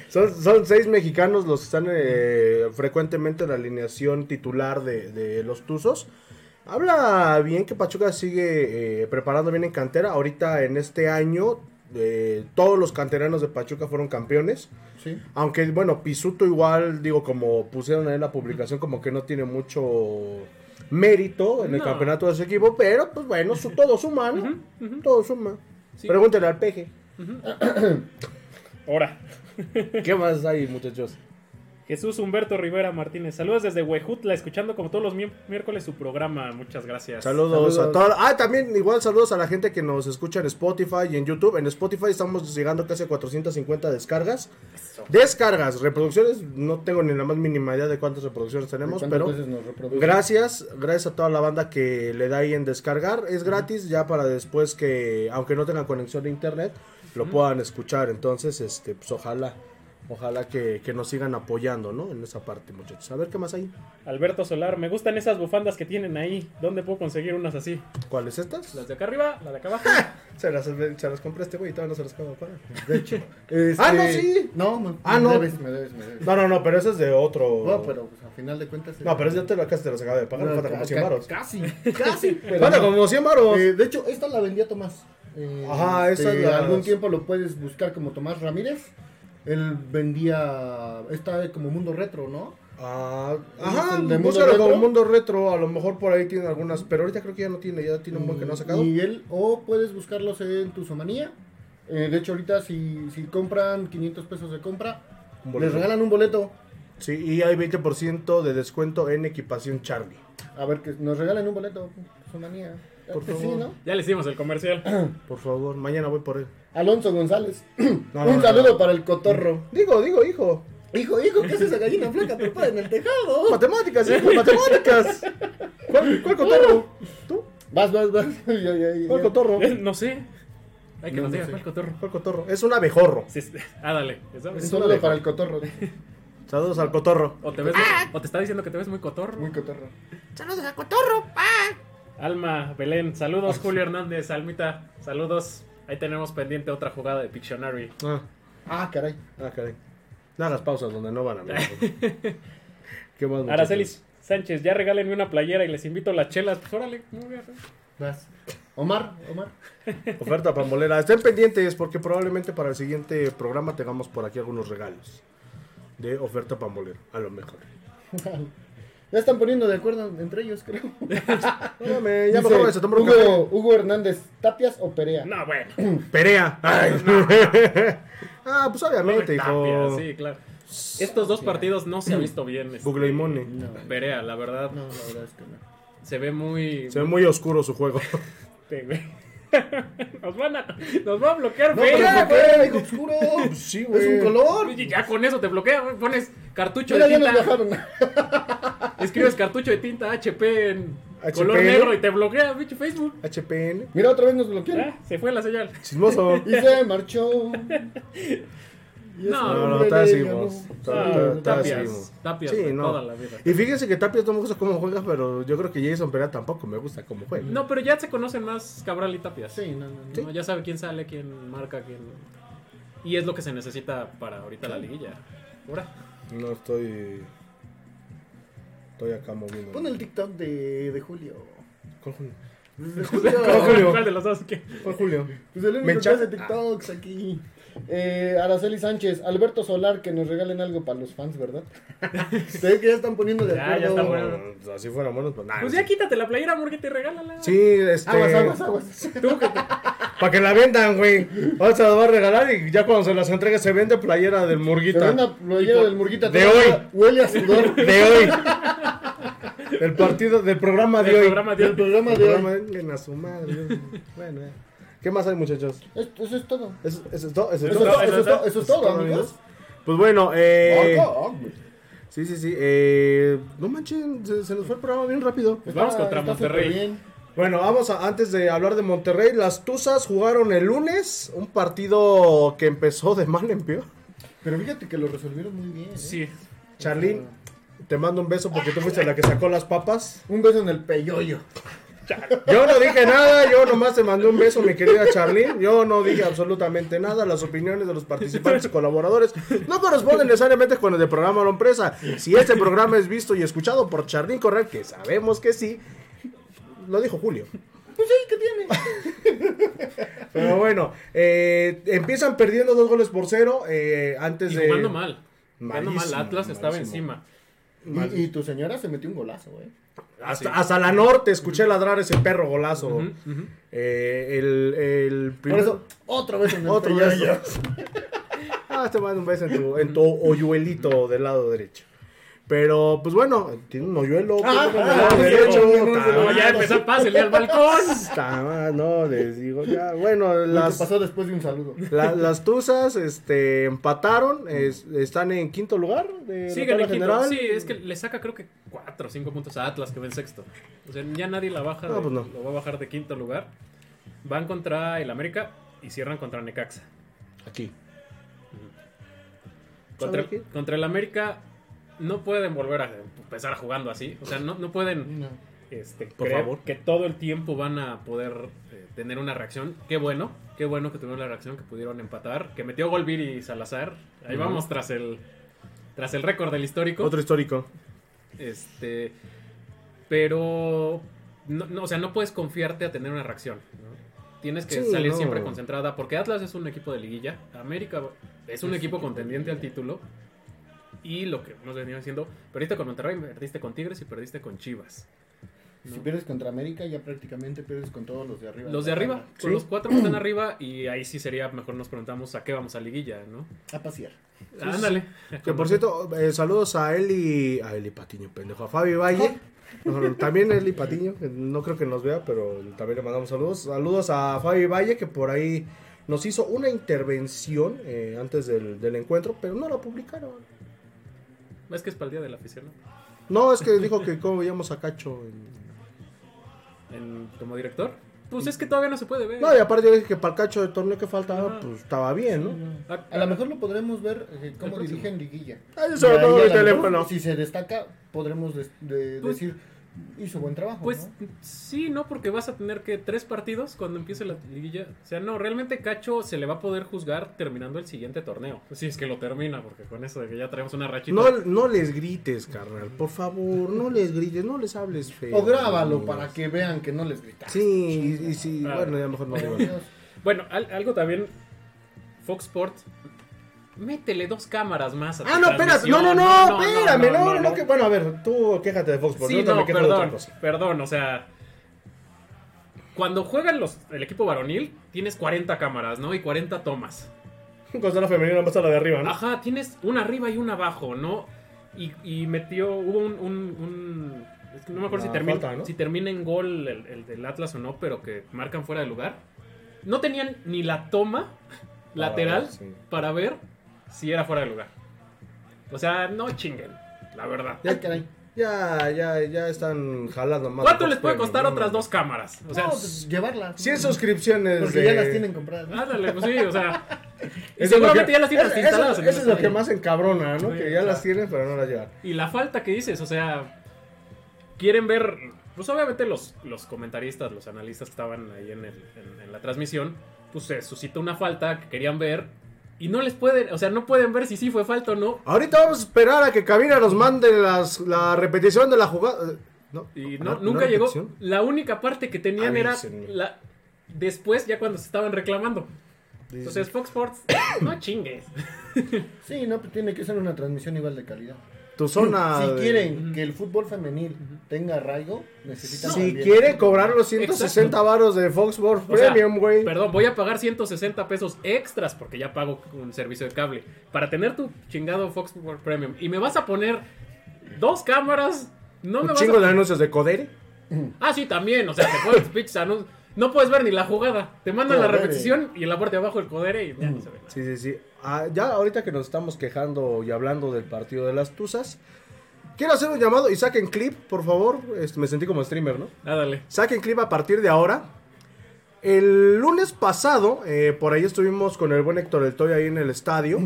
son, son seis mexicanos los que están eh, frecuentemente en la alineación titular de, de los Tuzos. Habla bien que Pachuca sigue eh, preparando bien en cantera. Ahorita en este año. eh, todos los canteranos de Pachuca fueron campeones.
Sí.
Aunque, bueno, Pisuto igual, digo, como pusieron ahí en la publicación, como que no tiene mucho mérito en el
No.
campeonato de su equipo, pero pues bueno, su- todo suma, ¿no? Todo suma.
Sí.
Pregúntale al peje.
Ahora,
¿Qué más hay, muchachos?
Jesús Humberto Rivera Martínez. Saludos desde Huejutla, escuchando como todos los mi- miércoles su programa. Muchas gracias.
Saludos, a
Saludos.
todos. Ah, también igual saludos a la gente que nos escucha en Spotify y en YouTube. En Spotify estamos llegando casi a 450 descargas. Descargas, reproducciones, no tengo ni la más mínima idea de cuántas reproducciones tenemos,
¿Cuántas
pero...
veces nos reproducen?
Gracias, gracias a toda la banda que le da ahí en descargar. Es gratis ya para después que, aunque no tengan conexión de internet, lo puedan escuchar. Entonces, este, pues ojalá, ojalá que, que nos sigan apoyando, ¿no? En esa parte, muchachos. A ver qué más hay.
Alberto Solar, me gustan esas bufandas que tienen ahí. ¿Dónde puedo conseguir unas así?
¿Cuáles estas?
Las de acá arriba, la de acá abajo.
Se las, se las compré a este güey y todavía no se las acabo para.
De hecho. este,
Ah, no, sí.
No, me,
Ah,
me
no.
debes, me debes, me debes.
No, no, no, pero ese es de otro.
No, pero pues, a final de cuentas.
No, pero ese ya te lo, casi te los acabo de pagar.
No,
falta como 100
ca-
varos.
Casi, casi. pero
Falta
no.
como 100 varos.
Eh, de hecho, esta la vendía Tomás. Eh,
Ajá, esa es la-
Algún tiempo lo puedes buscar como Tomás Ramírez. Él vendía. Esta como Mundo Retro, ¿no?
Ah, ajá,
este, ¿El de Mundo
búscalo como
Retro?
Mundo Retro, a lo mejor por ahí tiene algunas, pero ahorita creo que ya no tiene, ya tiene un buen que no ha sacado.
Y él, o puedes buscarlos en Tuzomanía. Eh, de hecho, ahorita si, si compran 500 pesos de compra,
Un
les
boleto.
regalan un boleto.
Sí, y hay 20% de descuento en equipación Charlie.
A ver, que nos regalen un boleto. Tuzomanía.
Por
Sí,
favor.
¿no?
Ya les dimos el comercial.
Por favor, mañana voy por él.
Alonso González.
No, no,
un
no,
saludo
no.
para el cotorro.
Digo, digo, hijo.
Hijo, hijo, ¿qué hace esa gallina flaca trepada en el
Oh.
tejado?
Matemáticas, hijo, matemáticas. ¿Cuál, cuál cotorro? ¿Tú?
Vas, vas, vas. Ya, ya, ya.
¿Cuál cotorro?
Eh, No sé.
Hay que
No,
nos
no
diga
sé.
cuál cotorro.
¿Cuál cotorro? Es un abejorro.
Sí, sí. Ah, dale.
Un
¿sabes?
saludo para el cotorro. dice.
Saludos al cotorro.
O te, ves,
Ah.
o te está diciendo que te ves muy cotorro.
Muy cotorro.
Alma, Belén,
Ah,
saludos Julio Hernández, Almita, saludos. Ahí tenemos pendiente otra jugada de Pictionary.
Ah,
Ah, caray.
ah, caray. Nada, las pausas donde no van a ver. ¿Qué más? muchachos?
Araceli Sánchez, ya regálenme una playera y les invito las chelas. Pues órale, no voy a hacer.
Vas. Omar, Omar.
Oferta pambolera. Estén pendientes porque probablemente para el siguiente programa tengamos por aquí algunos regalos de oferta pambolera. A lo mejor.
Ya están poniendo de acuerdo entre ellos, creo.
Ah, Óyeme, ya
Dice,
mejor se tomar un café.
Hugo, Hugo Hernández, ¿Tapias o Perea?
No, bueno.
Perea. Ay. ah, pues obviamente, hijo.
Tapia, sí, claro. Estos dos partidos no se ha visto bien. este,
Bugleimone.
No,
Perea, la verdad.
no, la verdad es que no.
Se ve muy.
Se ve muy oscuro su juego.
Este, güey. nos, van a, nos va a bloquear,
No,
güey.
pero
Ya,
¿por qué, amigo oscuro?
Sí,
Es un color.
güey, Ya con eso te bloquea, güey. Pones cartucho
Mira,
de
ya nos
tinta.
bajaron.
Escribes cartucho de tinta HP en
HP.
color negro y te bloquea, pinche Facebook.
HPN.
Mira, otra vez nos bloquearon.
Ya, se fue la señal.
Chismoso.
Y se marchó.
No,
Y ese
No, no,
hombre
todavía
de
seguimos.
Yahoo.
Todavía-
Ah,
todavía- todavía seguimos.
tapias, tapias
Sí,
de
no.
toda la vida.
Y fíjense que Tapias no me gusta cómo juega, pero yo creo que Jason Perea tampoco me gusta cómo juega.
No, pero ya se conocen más Cabral y Tapias.
Sí, no, no, no.
No, ya sabe quién sale, quién marca, quién. Y es lo que se necesita para ahorita la liguilla. Ahora.
No estoy. Estoy acá moviendo.
Pon el TikTok de, de Julio.
¿Cuál Julio?
De Julio.
Julio.
¿Cuál de los dos? ¿Qué?
¿Cuál Julio?
Pues el único
Me
que
echa-
hace TikToks aquí. Eh, Araceli Sánchez, Alberto Solar, que nos regalen algo para los fans, ¿verdad? Ustedes que ya están poniendo de
Ya,
acuerdo.
ya está bueno.
No, así fueran buenos,
Ah,
pues nada.
Pues ya quítate la playera, Morguete, regálala.
Sí, este.
Aguas, aguas, aguas.
Tú que te-
Para que la vendan, güey. Ahora se las va a regalar y ya cuando se las entregue se vende playera del
Se ve
Murguita.
una playera del Murguita.
de
todavía
hoy.
Huele a sudor.
De hoy. Del partido, del programa de
Del
hoy.
programa de hoy.
Del programa de
Del
hoy. Vengan a su madre. Bueno, eh. ¿qué más hay, muchachos?
Esto- Eso es todo.
Eso, eso es todo. Eso,
Eso es todo, eso es todo, eso es todo, amigos.
Pues bueno, eh.
Ah, ah, güey.
Sí, sí, sí. Eh, no manchen, se, se nos fue el programa bien rápido.
Pues vamos contra Monterrey.
superbién.
Bueno, vamos a, antes de hablar de Monterrey, las Tuzas jugaron el lunes, un partido que empezó de mal en peor.
Pero fíjate que lo resolvieron muy bien. ¿eh?
pues, Sí.
Charlín, te mando un beso porque tú fuiste la que sacó las papas.
Un beso en el peyoyo.
Yo no dije nada, yo nomás te mandé un beso, mi querida Charlín. Yo no dije absolutamente nada. Las opiniones de los participantes y colaboradores no corresponden necesariamente con el de programa La Empresa. Si este programa es visto y escuchado por Charlín Corral, que sabemos que sí, lo dijo Julio.
Pues sí, ¿qué tiene?
Pero bueno, eh, empiezan perdiendo dos goles por cero eh, antes
Y
de...
jugando mal. Jugando mal.
Malísimo,
Atlas estaba
malísimo.
encima.
Y, y tu señora se metió un golazo, güey.
Hasta,
Sí.
hasta la norte escuché ladrar ese perro golazo.
Ujú, ujú.
Eh, el, el
Por
primer-
eso, otra vez en el
Otro
peyoyo.
beso. Ah, te mando un beso en tu, en tu hoyuelito del lado derecho. Pero, pues bueno, tiene un hoyuelo.
Ah,
pues,
ah,
del lado
sí,
derecho.
no, no,
ta-
no,
No, ya empezó el pase, le al balcón.
ta- ma- no, les digo, ya, bueno,
Lo que
las,
pasó después de un saludo.
la- las Tuzas este, empataron, es- están en quinto lugar de la
Siguen
tabla
en quinto.
general.
Sí, es que le saca creo que 4 o 5 puntos a Atlas, que va en sexto. O sea, ya nadie la baja.
No,
de-
pues no.
Lo va a bajar de quinto lugar. Van contra el América y cierran contra Necaxa.
Aquí.
Contra,
¿Sabe qué?
contra el América no pueden volver a empezar jugando así. O sea, no, no pueden
No.
este,
Por
creer
favor.
que todo el tiempo van a poder eh, tener una reacción. Qué bueno, qué bueno que tuvieron la reacción, que pudieron empatar. Que metió gol Viri Salazar. Ahí
Ujú.
vamos tras el, tras el récord del histórico.
Otro histórico.
Este, pero, no, no, o sea, no puedes confiarte a tener una reacción. ¿no? Tienes que
Sí,
salir
no.
siempre concentrada, porque Atlas es un equipo de liguilla, América es un equipo contendiente al título. Y lo que hemos venido diciendo, perdiste con Monterrey, perdiste con Tigres y perdiste con Chivas.
Si pierdes contra América, ya prácticamente pierdes con todos los de arriba.
Los de arriba,
Sí.
con los cuatro que están arriba, y ahí sí sería mejor nos preguntamos a qué vamos a liguilla, ¿no?
A pasear.
Ándale.
Que por cierto, eh, saludos a Eli, a Eli Patiño, pendejo, a Fabi Valle. No, no, también Eli Patiño, que no creo que nos vea, pero también le mandamos saludos. Saludos a Fabi Valle, que por ahí nos hizo una intervención eh, antes del, del encuentro, pero no la publicaron.
Es que es para el día de la afición, ¿no?
No, es que dijo que cómo veíamos a Cacho. en-
En- como director. Pues es que todavía no se puede ver.
No, y aparte yo dije que para el Cacho de torneo que faltaba,
Ajá.
pues estaba bien, ¿no?
Ah,
A lo mejor lo podremos ver eh, cómo
El próximo.
dirigen Liguilla.
Ah, yo
Y
solo
ahí
tengo
a
mi
lo mejor,
teléfono.
Si se destaca, podremos des- de-
Pues-
decir, hizo buen trabajo.
Pues
¿no?
sí, no, porque vas a tener que tres partidos cuando empiece la liguilla. O sea, no, realmente Cacho se le va a poder juzgar terminando el siguiente torneo. Si es que lo termina, porque con eso de que ya traemos una rachita.
No, no les grites, carnal, por favor, no les grites, no les hables feo.
O grábalo
amigos.
para que vean que no les gritas.
Sí, y, y sí,
Ah.
bueno, ya mejor no digo. nada.
Bueno, al- algo también. Fox Sports. Métele dos cámaras más. a tu
Ah, no, espérate, no,
transmisión.
no, no, espérame, no, no, que bueno, a ver, tú quéjate de Fox, porque
Sí,
yo también
no,
quejo de otra
perdón,
cosa.
perdón, o sea. Cuando juegan los, el equipo varonil, tienes 40 cámaras, ¿no? Y 40 tomas.
Con la femenina más a la de arriba, ¿no?
Ajá, tienes una arriba y una abajo, ¿no? Y, y metió, hubo un, un- un- es que no me acuerdo
Una
si termina,
falta, ¿no?
si termina en gol el, el del Atlas o no, pero que marcan fuera de lugar. No tenían ni la toma lateral
ver, sí.
para ver si era fuera de lugar. O sea, no chinguen, la verdad.
Ah,
Ay, caray.
Ya, ya, ya están jalando más.
¿Cuánto
Fox
les puede
Premium,
costar
no
otras
mames.
dos cámaras? O sea,
No, pues, llevarlas.
100 suscripciones.
Porque
de-
ya las tienen compradas. ¿no?
ándale, pues sí, o sea. y
Eso es lo
seguramente
que-
ya las tienes
eso-
instaladas.
Eso,
entonces-
eso es lo que más encabrona, ¿no?
Sí,
que ya
o sea.
las tienen, pero no las llevan.
Y la falta que dices, o sea, quieren ver, pues obviamente los, los comentaristas, los analistas que estaban ahí en, el- en- en la transmisión, pues se suscitó una falta que querían ver y no les pueden, o sea, no pueden ver si sí fue falta o no.
Ahorita vamos a esperar a que Cabina nos mande las, la repetición de la jugada. eh, No,
Y
¿no-
Ah, no,
no
nunca llegó.
repetición?
La única parte que tenían era
Avísenme.
la, después, ya cuando se estaban reclamando. Entonces, Fox Sports, no chingues.
Sí, no, pues tiene que ser una transmisión igual de calidad.
Tu zona.
si
de-
quieren que el fútbol femenil tenga arraigo, necesitan.
Si
también-
quiere cobrar los 160
Exacto.
varos de Fox Sports
O sea,
Premium, güey.
Perdón, voy a pagar 160 pesos extras porque ya pago un servicio de cable para tener tu chingado Fox Sports Premium. Y me vas a poner dos cámaras. No me
Un
vas
chingo
a...
de anuncios de Codere.
Ah, sí, también. O sea, te pones pitch no, no puedes ver ni la jugada. Te mandan la
Codere.
repetición y en la parte de abajo el codere y ya no se ve nada.
Sí, sí, sí. Ah, ya ahorita que nos estamos quejando y hablando del partido de las Tuzas, quiero hacer un llamado y saquen clip, por favor. Este, me sentí como streamer, ¿no?
Ah, dale.
Saquen clip a partir de ahora. El lunes pasado, eh, por ahí estuvimos con el buen Héctor El Toy ahí en el estadio.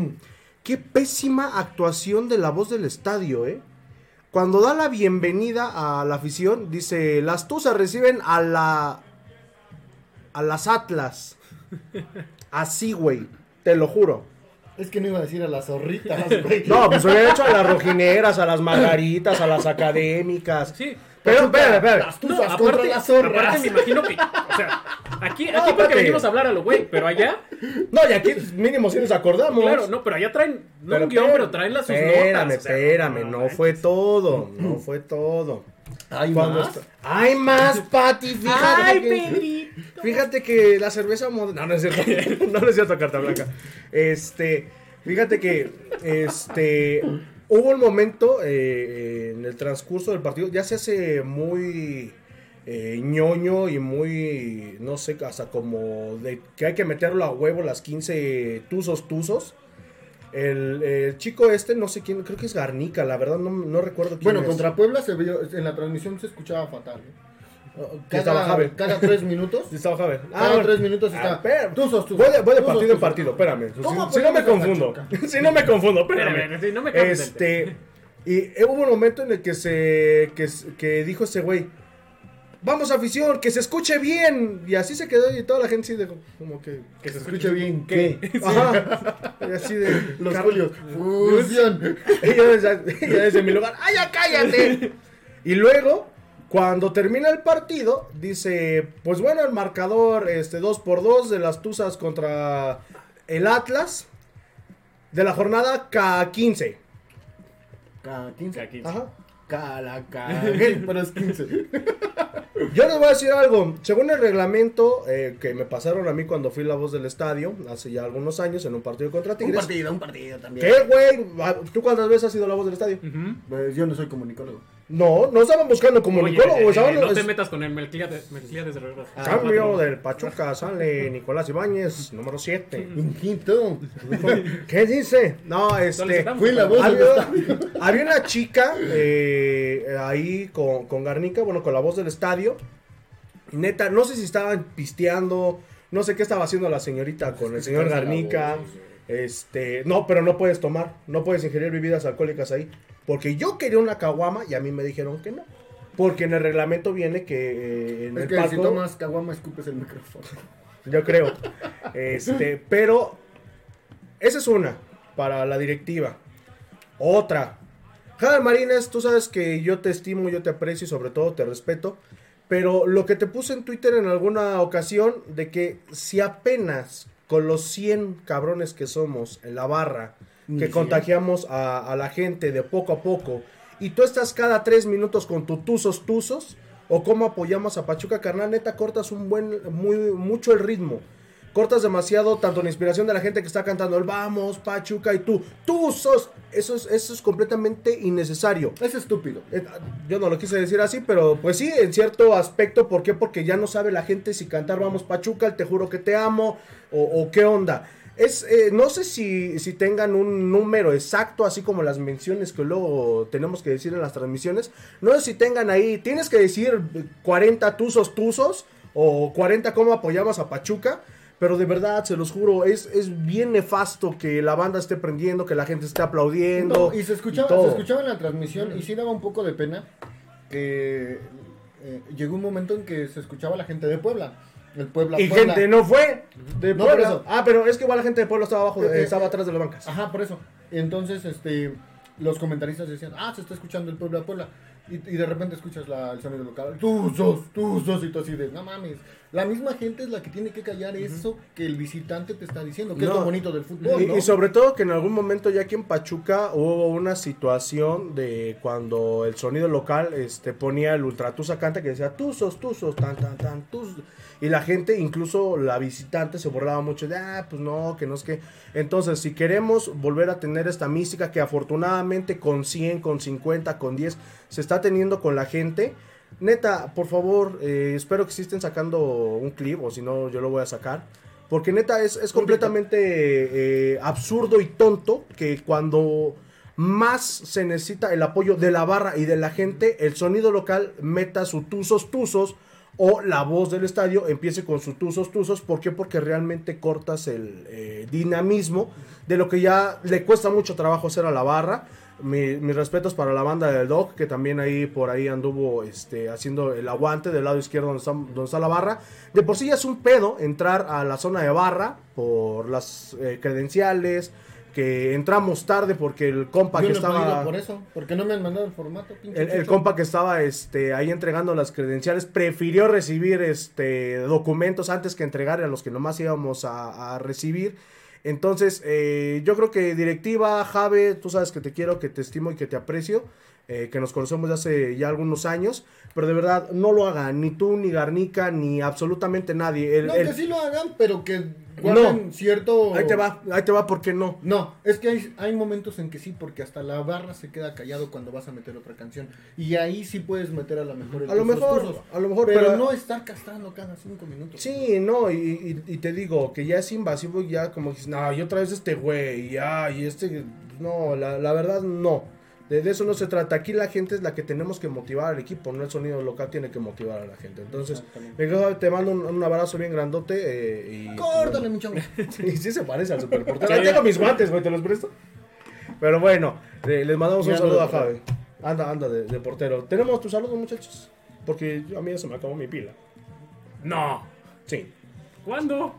Qué pésima actuación de la voz del estadio, ¿eh? Cuando da la bienvenida a la afición, dice, las Tuzas reciben a la... a las Atlas. Así, güey, te lo juro.
Es que no iba a decir a las zorritas, güey.
No, pues hubiera hecho a las rojineras, a las margaritas, a las académicas.
Sí.
Pero, espérate, espérate.
Las tuzas contra las zorras.
aparte me imagino que, o sea, aquí, aquí
No,
porque
espérate.
venimos a hablar a lo güey, pero allá,
No, y aquí mínimo si nos acordamos.
claro, no, pero allá traen, no un guión, pero traen las sus
espérame,
notas. o sea,
espérame, no,
manches. Mm.
fue todo, no fue todo.
Ay,
Cuando
más.
está- Hay más, Pati, fíjate.
Ay,
que...
Pedrito.
Fíjate que la cerveza moderna. No, no es cierto. no, no es cierto, carta blanca. Este. Fíjate que. Este. Hubo un momento eh, en el transcurso del partido. Ya se hace muy. eh, ñoño y muy. No sé, hasta como. De, que hay que meterlo a huevo las 15 tuzos tuzos. El, el chico este, no sé quién, creo que es Garnica, la verdad no, no recuerdo quién
Bueno,
es.
contra Puebla se vio, en la transmisión se escuchaba fatal. ¿eh?
estaba Javier.
Cada, cada tres minutos.
Estaba Javier.
cada
bueno.
tres minutos
Ah,
está.
espera.
Tuzos, tuzos.
Voy de, voy de
Tuzos,
partido en
tuzos.
partido, espérame.
¿Cómo
Si, si no me
ponemos a
confundo.
Pachuca?
si no me confundo, espérame.
Espérame, sí, no me cambies el
Este. Y eh, hubo un momento en el que se. que, s- que dijo ese güey. Vamos afición, que se escuche bien. Y así se quedó y toda la gente sí dijo, como que.
Que se escuche bien.
¿Qué?
¿Qué?
Ajá. Y así de.
Los
Car-
Julios. Fusión.
y yo, desde, y yo desde mi lugar, ¡ay, ya cállate! Y luego, cuando termina el partido, dice: Pues bueno, el marcador este 2 por 2 de las Tuzas contra el Atlas de la jornada K15.
Cada 15.
Aquí.
Ajá.
Cada, cada. Pero es 15.
Yo les voy a decir algo. Según el reglamento eh, que me pasaron a mí cuando fui la voz del estadio, hace ya algunos años, en un partido contra
Un
Tigres.
partido, un partido también.
¿Qué, güey? ¿Tú cuántas veces has sido la voz del estadio?
Ujú.
Pues yo no soy comunicólogo.
No, no estaban buscando comunicólogo.
Oye, eh,
estaban-
no te metas con el Melquiades, Melquiades de verdad.
Ah,
Cambio del Pachuca, sale Nicolás Ibáñez, número 7.
Inquito.
¿Qué dice? No, este.
Solicitamos.
Fui la voz del
Había,
estadio.
había una chica eh, ahí con, con Garnica, bueno, con la voz del estadio. Neta, no sé si estaban pisteando, no sé qué estaba haciendo la señorita con el señor
cansa la
Garnica.
voz, sí.
Este, no, pero no puedes tomar, no puedes ingerir bebidas alcohólicas ahí. Porque yo quería una caguama y a mí me dijeron que no. Porque en el reglamento viene que eh, en
Es
el
que si
palco-
tomas caguama escupes el micrófono.
yo creo. Este, pero esa es una para la directiva. Otra. Javier Marines, tú sabes que yo te estimo, yo te aprecio y sobre todo te respeto. Pero lo que te puse en Twitter en alguna ocasión de que si apenas con los 100 cabrones que somos en la barra,
Ni
que
cien.
contagiamos a, a la gente de poco a poco, y tú estás cada tres minutos con tu tuzos tuzos, o cómo apoyamos a Pachuca, carnal, neta, cortas un buen, muy, mucho el ritmo. cortas demasiado tanto la inspiración de la gente que está cantando el vamos, Pachuca y tú. Tú sos. Eso es, eso es completamente innecesario.
Es estúpido.
Eh, Yo no lo quise decir así, pero pues sí, en cierto aspecto, ¿por qué? Porque ya no sabe la gente si cantar Vamos Pachuca, el Te juro que te amo, o, o qué onda. Es, eh, no sé si, si tengan un número exacto, así como las menciones que luego tenemos que decir en las transmisiones. No sé si tengan ahí, tienes que decir 40 tuzos, tuzos, o 40 cómo apoyabas a Pachuca. Pero de verdad, se los juro, es, es bien nefasto que la banda esté prendiendo, que la gente esté aplaudiendo.
No, y se escuchaba,
todo.
se escuchaba en la transmisión y sí daba un poco de pena que eh, llegó un momento en que se escuchaba la gente de Puebla. El Puebla,
Y
Puebla.
gente no fue de
No,
Puebla.
por eso.
Ah, pero es que igual la gente de Puebla estaba abajo, de-
Eh, eh,
estaba atrás de las bancas.
Ajá, por eso. Entonces, este, los comentaristas decían, ah, se está escuchando el Puebla, Puebla. Y, y de repente escuchas la- el sonido local, tú sos, tú sos, y tú así de, no mames. La misma gente es la que tiene que callar eso que el visitante te está diciendo, que es
No.
lo bonito del fútbol,
Y,
¿no?
y sobre todo que en algún momento ya aquí en Pachuca hubo una situación de cuando el sonido local este, ponía el ultratusa canta que decía tuzos, tuzos, tan, tan, tan, tus Y la gente, incluso la visitante, se burlaba mucho de, ah, pues no, que no es que. Entonces, si queremos volver a tener esta mística que afortunadamente con 100, con 50, con 10 se está teniendo con la gente. Neta, por favor, eh, espero que sí estén sacando un clip, o si no, yo lo voy a sacar. Porque neta, es, es completamente eh, absurdo y tonto que cuando más se necesita el apoyo de la barra y de la gente, el sonido local meta su tuzos, tuzos, o la voz del estadio empiece con sus tuzos, tuzos. ¿Por qué? Porque realmente cortas el eh, dinamismo de lo que ya le cuesta mucho trabajo hacer a la barra. Mi- mis respetos para la banda del Doc, que también ahí por ahí anduvo este, haciendo el aguante del lado izquierdo donde está, donde está la barra. De por sí ya es un pedo entrar a la zona de barra por las eh, credenciales, que entramos tarde porque el compa
Yo
que
no he
estaba...
podido por eso, porque no me han mandado el formato, pinche
El, el
chucho.
compa que estaba este, ahí entregando las credenciales prefirió recibir este, documentos antes que entregar a los que nomás íbamos a, a recibir. Entonces, eh, yo creo que directiva, Jave, tú sabes que te quiero, que te estimo y que te aprecio, eh, que nos conocemos de hace ya algunos años, pero de verdad no lo hagan, ni tú, ni Garnica, ni absolutamente nadie. El-
No,
el-
que sí lo hagan, pero que guarden
No.
cierto...
Ahí te va, ahí te va, ¿por qué no?
No, es que hay, hay momentos en que sí, porque hasta la barra se queda callado cuando vas a meter otra canción. Y ahí sí puedes meter a lo mejor el
A lo
Tuzos,
mejor,
Tuzos,
a lo mejor,
pero,
pero-
no estar castrando cada cinco minutos.
Sí, no, y, y- y te digo que ya es invasivo, y ya como dices, no, y otra vez este güey, ya, y este, no, la, la verdad no. De, de eso no se trata. Aquí la gente es la que tenemos que motivar al equipo, no el sonido local tiene que motivar a la gente. Entonces,
Exactamente.
mi querido, te mando un, un abrazo bien grandote. eh, y,
Córtale, mi chavo.
y sí se parece al superportero. Ahí tengo mis guantes, güey, te los presto. Pero bueno, eh, les mandamos un
Ya ando
saludo
de
a Javi. Anda, anda, de, de portero. ¿Tenemos tus saludos, muchachos? Porque yo- a mí ya se me acabó mi pila.
No.
Sí.
¿Cuándo?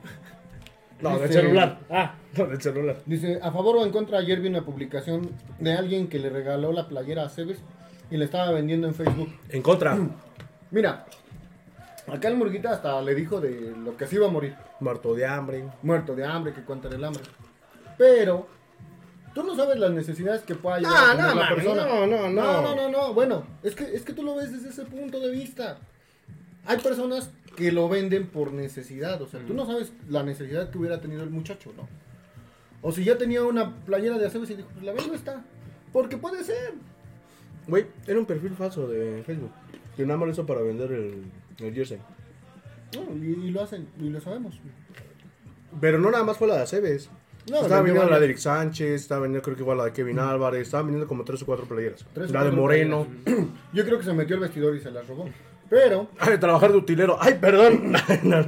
No, del
Dice-
celular. Ah, no, del celular.
Dice, a favor o en contra, ayer vi una publicación de alguien que le regaló la playera a Cebes y le estaba vendiendo en Facebook.
En contra.
Mira, acá el Murguita hasta le dijo de lo que se iba a morir.
Muerto de hambre.
Muerto de hambre, que cuenta el hambre. Pero, tú no sabes las necesidades que pueda llegar
Ah,
a
no,
tener la
mames,
persona.
no, no, no.
no, no, no, no. Bueno, es que, es que tú lo ves desde ese punto de vista. Hay personas que lo venden por necesidad. O sea,
Mm.
tú no sabes la necesidad que hubiera tenido el muchacho, ¿no? O si ya tenía una playera de Aceves y dijo, pues la vendo esta. Porque puede ser.
Güey, era un perfil falso de Facebook. Que nada más lo hizo para vender el, el jersey.
No, y, y lo hacen, y lo sabemos.
Pero no nada más fue la de Aceves.
No,
estaba
vendió
vendiendo la
varias. Mm.
de Eric Sánchez, estaba vendiendo creo que igual la de Kevin Álvarez, estaba vendiendo como tres o cuatro playeras.
Tres o
la de
cuatro
Moreno.
Yo creo que se metió al vestidor y se la robó. Pero...
Ay, trabajar de utilero. Ay, perdón. No, no.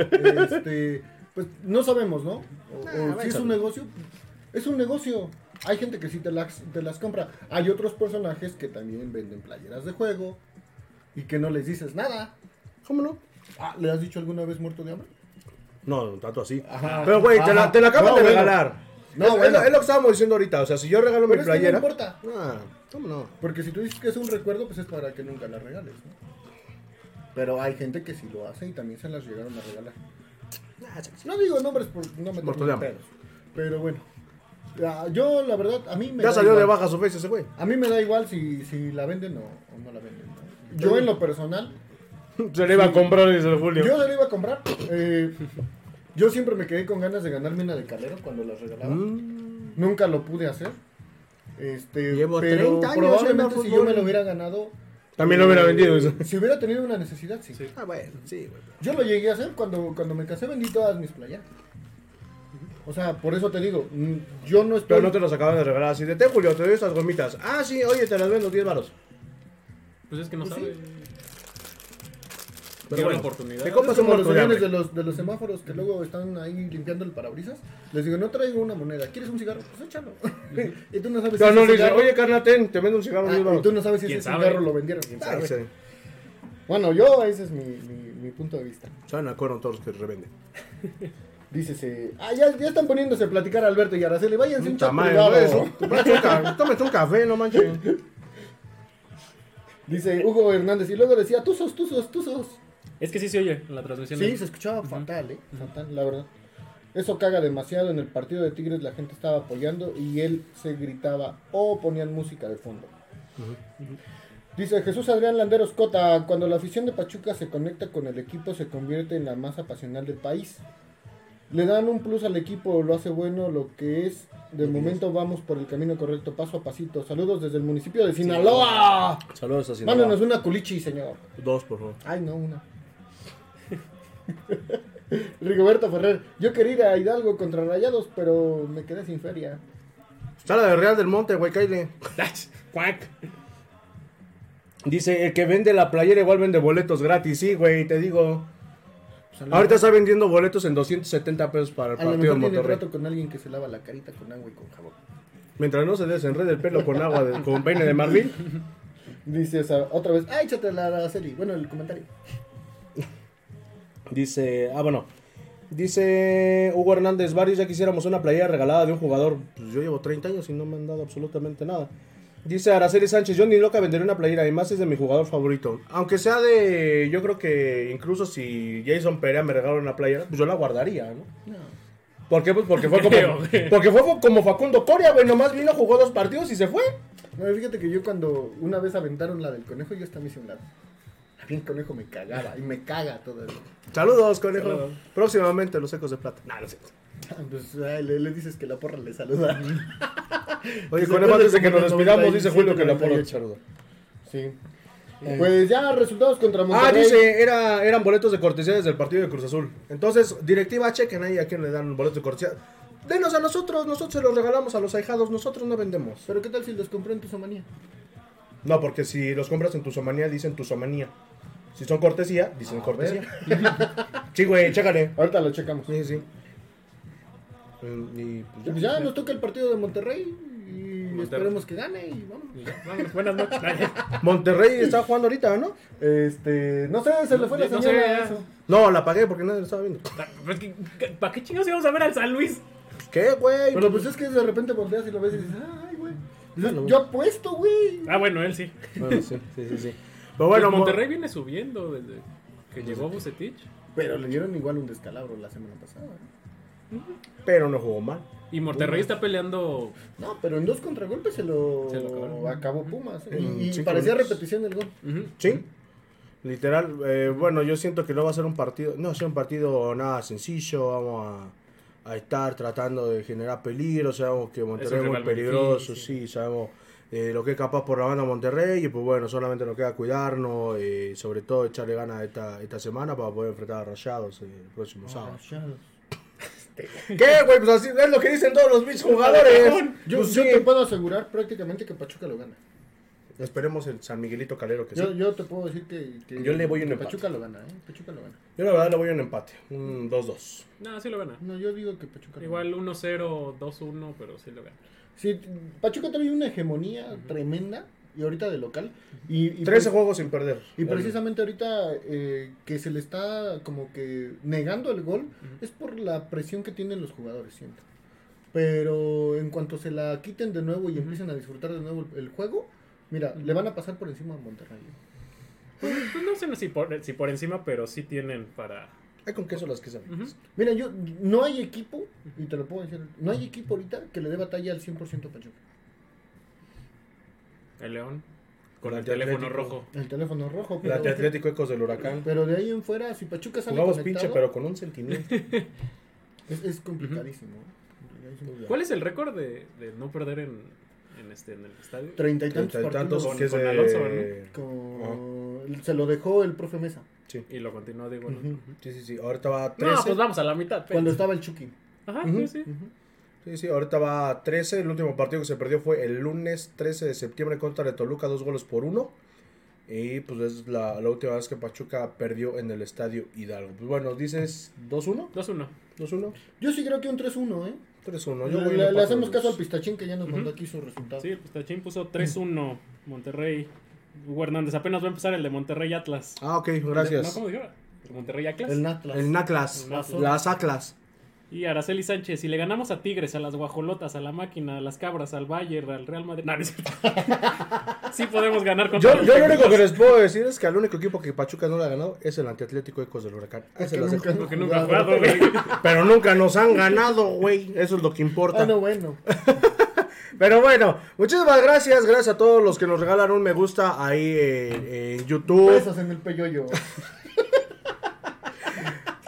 este, pues no sabemos, ¿no? O-
Nah,
o
va a
si es
saber.
un negocio, es un negocio. Hay gente que sí te las, te las compra. Hay otros personajes que también venden playeras de juego y que no les dices nada.
¿Cómo no?
Ah, ¿Le has dicho alguna vez muerto de hambre?
No, tanto así.
Ajá.
Pero, güey, te la,
Ajá.
te la acaban
No,
de
bueno.
regalar.
No,
es, es
bueno.
lo, es lo que estábamos diciendo ahorita. O sea, si yo regalo
Pero
mi
es que no
playera.
importa.
Ah, ¿cómo no?
Porque si tú dices que es un recuerdo, pues es para que nunca la regales, ¿no? Pero hay gente que sí lo hace y también se las llegaron a regalar.
Ah, sí, sí.
No digo nombres por no me
Muerto de hambre.
Pero bueno. Ah, Yo, la verdad, a mí me.
Ya
da
salió de
igual.
baja su face ese güey.
A mí me da igual si, si la venden o, o no la venden. ¿no? Yo en lo personal,
Se le iba a comprar, dice el Julio.
yo se la iba a comprar. eh, Yo siempre me quedé con ganas de ganarme una de Calero cuando las regalaba.
Mm,
Nunca lo pude hacer. Este,
Llevo
pero
30 años
probablemente
viendo
si
fútbol.
yo me lo hubiera ganado.
También lo hubiera
eh,
vendido eso.
Si hubiera tenido una necesidad, sí.
Sí.
Ah, bueno, sí, güey.
Yo lo llegué a hacer cuando, cuando me casé, vendí todas mis playeras. O sea, por eso te digo, mm, yo no estoy.
Pero no te los acaban de regalar así de te, Julio, te doy estas gomitas. Ah, sí, oye, te las vendo 10 varos.
Pues es que no
Pues
sabe.
sí.
Tiene
Pero bueno,
una oportunidad.
te
Es
compras un
como los
muerto de
señores
hambre.
de los, de los semáforos que luego están ahí limpiando el parabrisas. Les digo, no traigo una moneda. ¿Quieres un cigarro? Pues échalo. y tú no sabes
No,
ese
no, le dice,
cigarro-
oye, carnal, ten, te vendo un cigarro
Ah,
10
y
varos.
tú no sabes si
¿Quién
ese
sabe?
cigarro lo vendieron. ¿Quién
Ah,
sabe?
sí.
Bueno, yo, ese es mi, mi- mi punto de vista.
Saben a Cuerno todos los que revende.
Dícese. Ah, ya, ya están poniéndose a platicar Alberto y Araceli. Váyanse un chat
Puta madre,
privado.
güey, es un- tómate un ca- Tómate un café, no manches.
Dice Hugo Hernández. Y luego decía, tú sos, tú sos, tú sos.
Es que sí se oye en la transmisión.
Sí, se escuchaba fatal, ¿eh? Fatal, la verdad. Eso caga demasiado. En el partido de Tigres la gente estaba apoyando y él se gritaba o ponían música de fondo. Dice Jesús Adrián Landeros Cota, cuando la afición de Pachuca se conecta con el equipo se convierte en la masa pasional del país. Le dan un plus al equipo, lo hace bueno lo que es. De momento vamos por el camino correcto, paso a pasito. Saludos desde el municipio de Sinaloa.
Saludos a Sinaloa.
Mándenos una culichi, señor.
Dos, por favor.
Ay, no, una. Rigoberto Ferrer, yo quería ir a Hidalgo contra Rayados, pero me quedé sin feria.
Sala de Real del Monte, güey, cállate.
Cuac.
Dice, el que vende la playera igual vende boletos gratis. Sí, güey, te digo. Ahorita está vendiendo boletos en 270 pesos para el
a lo
partido de
Pues, mejor tiene
Monterrey.
trato con alguien que se lava la carita con agua y con jabón.
Mientras no se desenrede el pelo con agua, de- con peine de marfil.
Dice esa- otra vez, ah, échate la, la serie. Bueno, el comentario.
Dice, ah, bueno. Dice Hugo Hernández Barrios, ya quisiéramos una playera regalada de un jugador. Pues yo llevo 30 años y no me han dado absolutamente nada. Dice Araceli Sánchez, yo ni loca venderé una playera, además es de mi jugador favorito. Aunque sea de, yo creo que incluso si Jason Perea me regala una playera, pues yo la guardaría, ¿no?
No.
¿Por qué? Pues porque fue como,
Creo, güey.
porque fue como Facundo Coria, güey, nomás vino, jugó dos partidos y se fue.
No, fíjate que yo cuando una vez aventaron la del conejo, yo hasta me hice un lado. A mí el conejo me cagaba y me caga todavía.
Saludos, conejo.
Saludos.
Próximamente los ecos de plata. Nah, no es cierto.
Pues ay, le, le dices que la porra le saluda.
Oye,
Se
conejo,
acuerda
antes de
como
que nos
en el
despidamos, dice
97,
Julio que la Ah, porra
98.
saluda.
Sí. Pues ya resultados contra
Ah,
Monterrey.
dice, era, eran boletos de cortesía desde el partido de Cruz Azul. Entonces, directiva, chequen ahí a quién le dan boletos de cortesía. Denos a nosotros, nosotros se los regalamos a los ahijados, nosotros no vendemos.
Pero qué tal si los compré en tu somanía.
No, porque si los compras en Tuzomanía, dicen Tuzomanía. Si son cortesía, dicen
A
cortesía. sí, güey, chécale.
Ahorita lo checamos.
Sí, sí. Mm, Y pues ya.
Pues ya nos toca el partido de Monterrey y esperemos que gane y vamos.
Y ya, vámonos, Buenas noches.
Monterrey está jugando ahorita, ¿no? Eh,
Este, no sé, se le fue la
No
señal
sé,
a
ya.
eso.
No, la apagué porque nadie lo estaba viendo.
Pues
¿Para qué chingados íbamos a ver al San Luis?
¿Qué, güey?
Pero pues es que de repente volteas y lo ves y dices, ay, güey. Pues,
Bueno.
Yo apuesto, güey.
Ah, bueno, él sí.
Bueno, sí, sí, sí, sí. Pero
Bueno,
Pues
bueno, Mon-
Pues Monterrey viene subiendo desde que llegó Bucetich.
Pero le dieron igual un descalabro la semana pasada. ¿no?
Pero no jugó mal.
Y Monterrey está peleando.
No, pero en dos contragolpes se lo,
Se lo acabaron.
acabó Pumas. ¿eh?
En
Y, y
cinco
parecía
minutos.
repetición del gol.
Ujú.
Sí. Literal, eh, bueno, yo siento que no va a ser un partido, no va a ser un partido nada sencillo, vamos a, a estar tratando de generar peligro, sabemos que Monterrey es
Es un
muy
rival muy
peligroso,
difícil.
sí, sabemos eh, lo que es capaz por la banda Monterrey y pues bueno, solamente nos queda cuidarnos, eh, sobre todo echarle ganas esta, esta semana para poder enfrentar a Rayados eh, el próximo sábado. ¿Qué, güey? Pues así es lo que dicen todos los mis jugadores.
Yo,
Pues
yo
sí.
te puedo asegurar prácticamente que Pachuca lo gana.
Esperemos el San Miguelito Calero que sí.
Yo, yo te puedo decir que, que-
Yo le voy un
que
empate.
Pachuca lo gana, ¿eh? Pachuca lo gana.
Yo la verdad le voy a un empate, un 2-2.
No, sí lo gana.
No, yo digo que Pachuca lo
Igual 1-0, 2-1, pero sí lo gana.
gana. Sí, t- Pachuca trae una hegemonía tremenda y ahorita de local. Y, y
13
pre-
juegos sin perder.
Y precisamente ahorita eh, que se le está como que negando el gol es por la presión que tienen los jugadores, siento. Pero en cuanto se la quiten de nuevo y empiecen a disfrutar de nuevo el, el juego, mira, le van a pasar por encima a Monterrey. ¿eh?
Pues no sé si por, si por encima, pero sí tienen para. pues,
Hay con queso las que saben.
Ujú.
Mira, yo no hay equipo, y te lo puedo decir, no hay equipo ahorita que le dé batalla al 100% a Pachuca.
El León. Con
El
el teléfono
Atlético.
rojo.
El teléfono rojo,
La
pero,
de Atlético Ecos del Huracán.
pero de ahí en fuera, si Pachuca sale
Jugamos
conectado,
pinche, pero con un sentimiento.
Es, es complicadísimo. ¿eh? Complicadísimo.
¿Cuál es el récord de, de no perder en, en este, en el estadio?
Treinta y tantos
Treinta y
partidos
tantos
con-
que es
con
de-
Alonso, ¿no?
con- Se lo dejó el profe Mesa.
Sí.
Y lo continuó Diego Alonso.
Ujú.
Ujú.
Sí, sí, sí. Ahorita va
No,
13.
pues vamos a la mitad. pues.
Cuando estaba el Chucky.
Ajá,
Ujú.
sí, sí.
Sí, sí, ahorita va 13. El último partido que se perdió fue el lunes 13 de septiembre contra el Toluca, dos goles por uno. Y pues es la, la última vez que Pachuca perdió en el estadio Hidalgo. Pues bueno, dices 2-1,
2-1.
2-1,
Yo sí creo que un 3-1, ¿eh?
3-1. Yo voy
Le,
en
le- le
empate
hacemos
de
caso al
dos.
pistachín que ya nos
Ujú.
mandó aquí su resultado.
Sí, el Pistachín puso 3-1 Monterrey. Hugo Hernández, apenas va a empezar el de Monterrey Atlas.
Ah, ok,
No,
gracias.
¿cómo dijeron? El Monterrey Atlas.
El Natlas.
El Naclas,
El Naclas.
las Aclas.
Y Araceli Sánchez, si le ganamos a Tigres, a las Guajolotas, a la Máquina, a las Cabras, al Bayern, al Real Madrid... No, no es cierto. sí podemos ganar contra
Yo,
los
yo lo único
Tecos.
que les puedo decir es que al único equipo que Pachuca no le ha ganado es el antiatlético Ecos del Huracán. Ahí se
Porque
las
nunca,
dejo.
Porque nunca ha jugado, güey.
Pero nunca nos han ganado, güey. Eso es lo que importa.
Ah, no, bueno.
Pero bueno, muchísimas gracias. Gracias a todos los que nos regalaron un me gusta ahí en, en YouTube.
Besos en el peyoyo.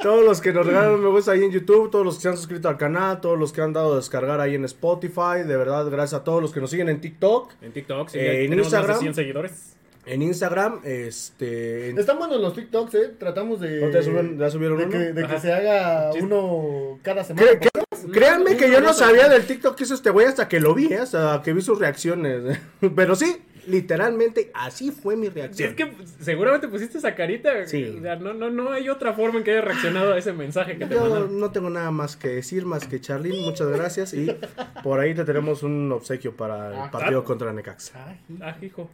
Todos los que nos regalaron un me gusta ahí en YouTube. Todos los que se han suscrito al canal. Todos los que han dado a descargar ahí en Spotify. De verdad, gracias a todos los que nos siguen en TikTok.
En TikTok, sí,
Eh,
ya
en
tenemos más
Instagram.
de 100 seguidores.
En Instagram. Este. en-
Están buenos los TikToks, ¿eh? Tratamos de.
¿No te subieron- ya subieron
de
uno?
que, de que
Ajá.
se haga
Chis-
uno cada semana.
Cre- cre- créanme que yo no sabía del TikTok que hizo este güey hasta que lo vi, ¿eh? hasta que vi sus reacciones. Pero sí, literalmente así fue mi reacción.
Es que seguramente pusiste esa carita.
Sí.
O sea, no, no, no hay otra forma en que haya reaccionado a ese mensaje que te
Yo
mandaron.
no tengo nada más que decir, más que Charlene, muchas gracias. Y por ahí te tenemos un obsequio para el
Ah,
partido contra Necaxa.
Ay,
Ah, hijo.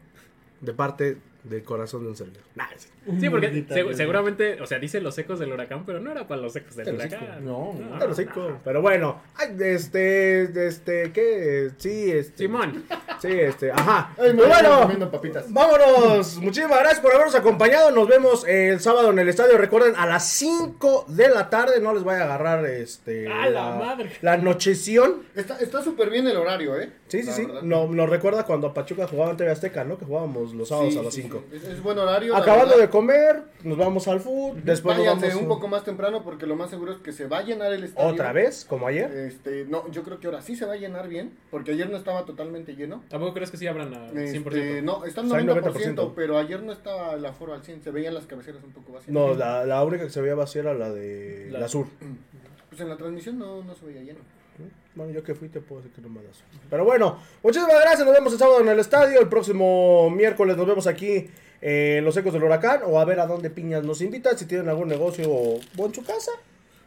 De parte del corazón de un servidor. Nah, es-
Sí, porque
maldita
segu-
vida.
seguramente, o sea, dice los ecos del huracán, pero no era para los ecos del
Pero sí,
huracán.
no,
Ah,
te lo sigo. Pero bueno, ay, este, este, ¿qué? Sí, este.
Simón,
Sí, este, ajá.
Ay, me
Pero
estoy
bueno,
comiendo papitas.
vámonos. Muchísimas gracias por habernos acompañado. Nos vemos el sábado en el estadio. Recuerden, a las 5 de la tarde. No les vaya a agarrar este.
¡A la madre!
La anocheción.
Está está súper bien el horario, ¿eh?
Sí, sí,
La
sí.
verdad.
No, nos recuerda cuando a Pachuca jugaba en TV Azteca, ¿no? Que jugábamos los sábados
Sí,
a las
sí,
5.
sí. Es, es buen horario. la
Acabando
verdad.
de comer, nos vamos al food. Después nos
Váyanse
Pues vamos
un poco más temprano porque lo más seguro es que se va a llenar el estadio.
otra vez, como ayer.
Este, no, yo creo que ahora sí se va a llenar bien porque ayer no estaba totalmente lleno.
¿tampoco crees que sí abran a 100%?
Este, no, está al
Está al
90%,
90%.
pero ayer no estaba el aforo al 100, se veían las cabeceras un poco vacías.
No, la, la única que se veía vacía era la de la,
La-
sur.
Pues en la transmisión no, no se veía lleno.
Bueno, yo que fui te puedo decir que no me da suerte. Pero bueno, muchísimas gracias. Nos vemos el sábado en el estadio. El próximo miércoles nos vemos aquí eh, en Los Ecos del Huracán. O a ver a dónde piñas nos invitan. Si tienen algún negocio o en su casa.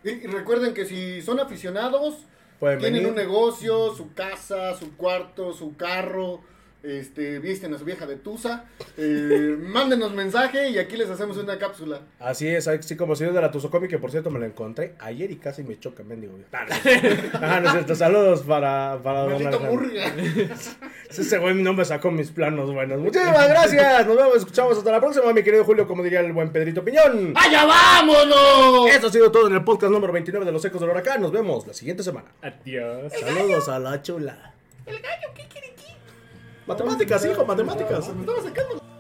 Y, y recuerden que si son aficionados,
Pueden
tienen
venir.
un negocio, su casa, su cuarto, su carro, este, visten a su vieja de Tusa, eh, mándenos mensaje y aquí les hacemos una cápsula.
Así es, así como señor de la Tusocomi, que por cierto me la encontré ayer y casi me choca, mendigo. Ah, no. Ah, no es cierto. Saludos para, para don
Maldito
Alejandro.
murga.
Ese güey no me sacó mis planos buenos. Muchísimas gracias. Nos vemos, escuchamos hasta la próxima, mi querido Julio, como diría el buen Pedrito Piñón.
¡Allá vámonos!
Eso ha sido todo en el podcast número 29 de Los Ecos del Huracán. Nos vemos la siguiente semana.
Adiós.
Saludos a la chula. El gallo, ¿qué quiere Matemáticas, hijo, matemáticas.
Estamos sacando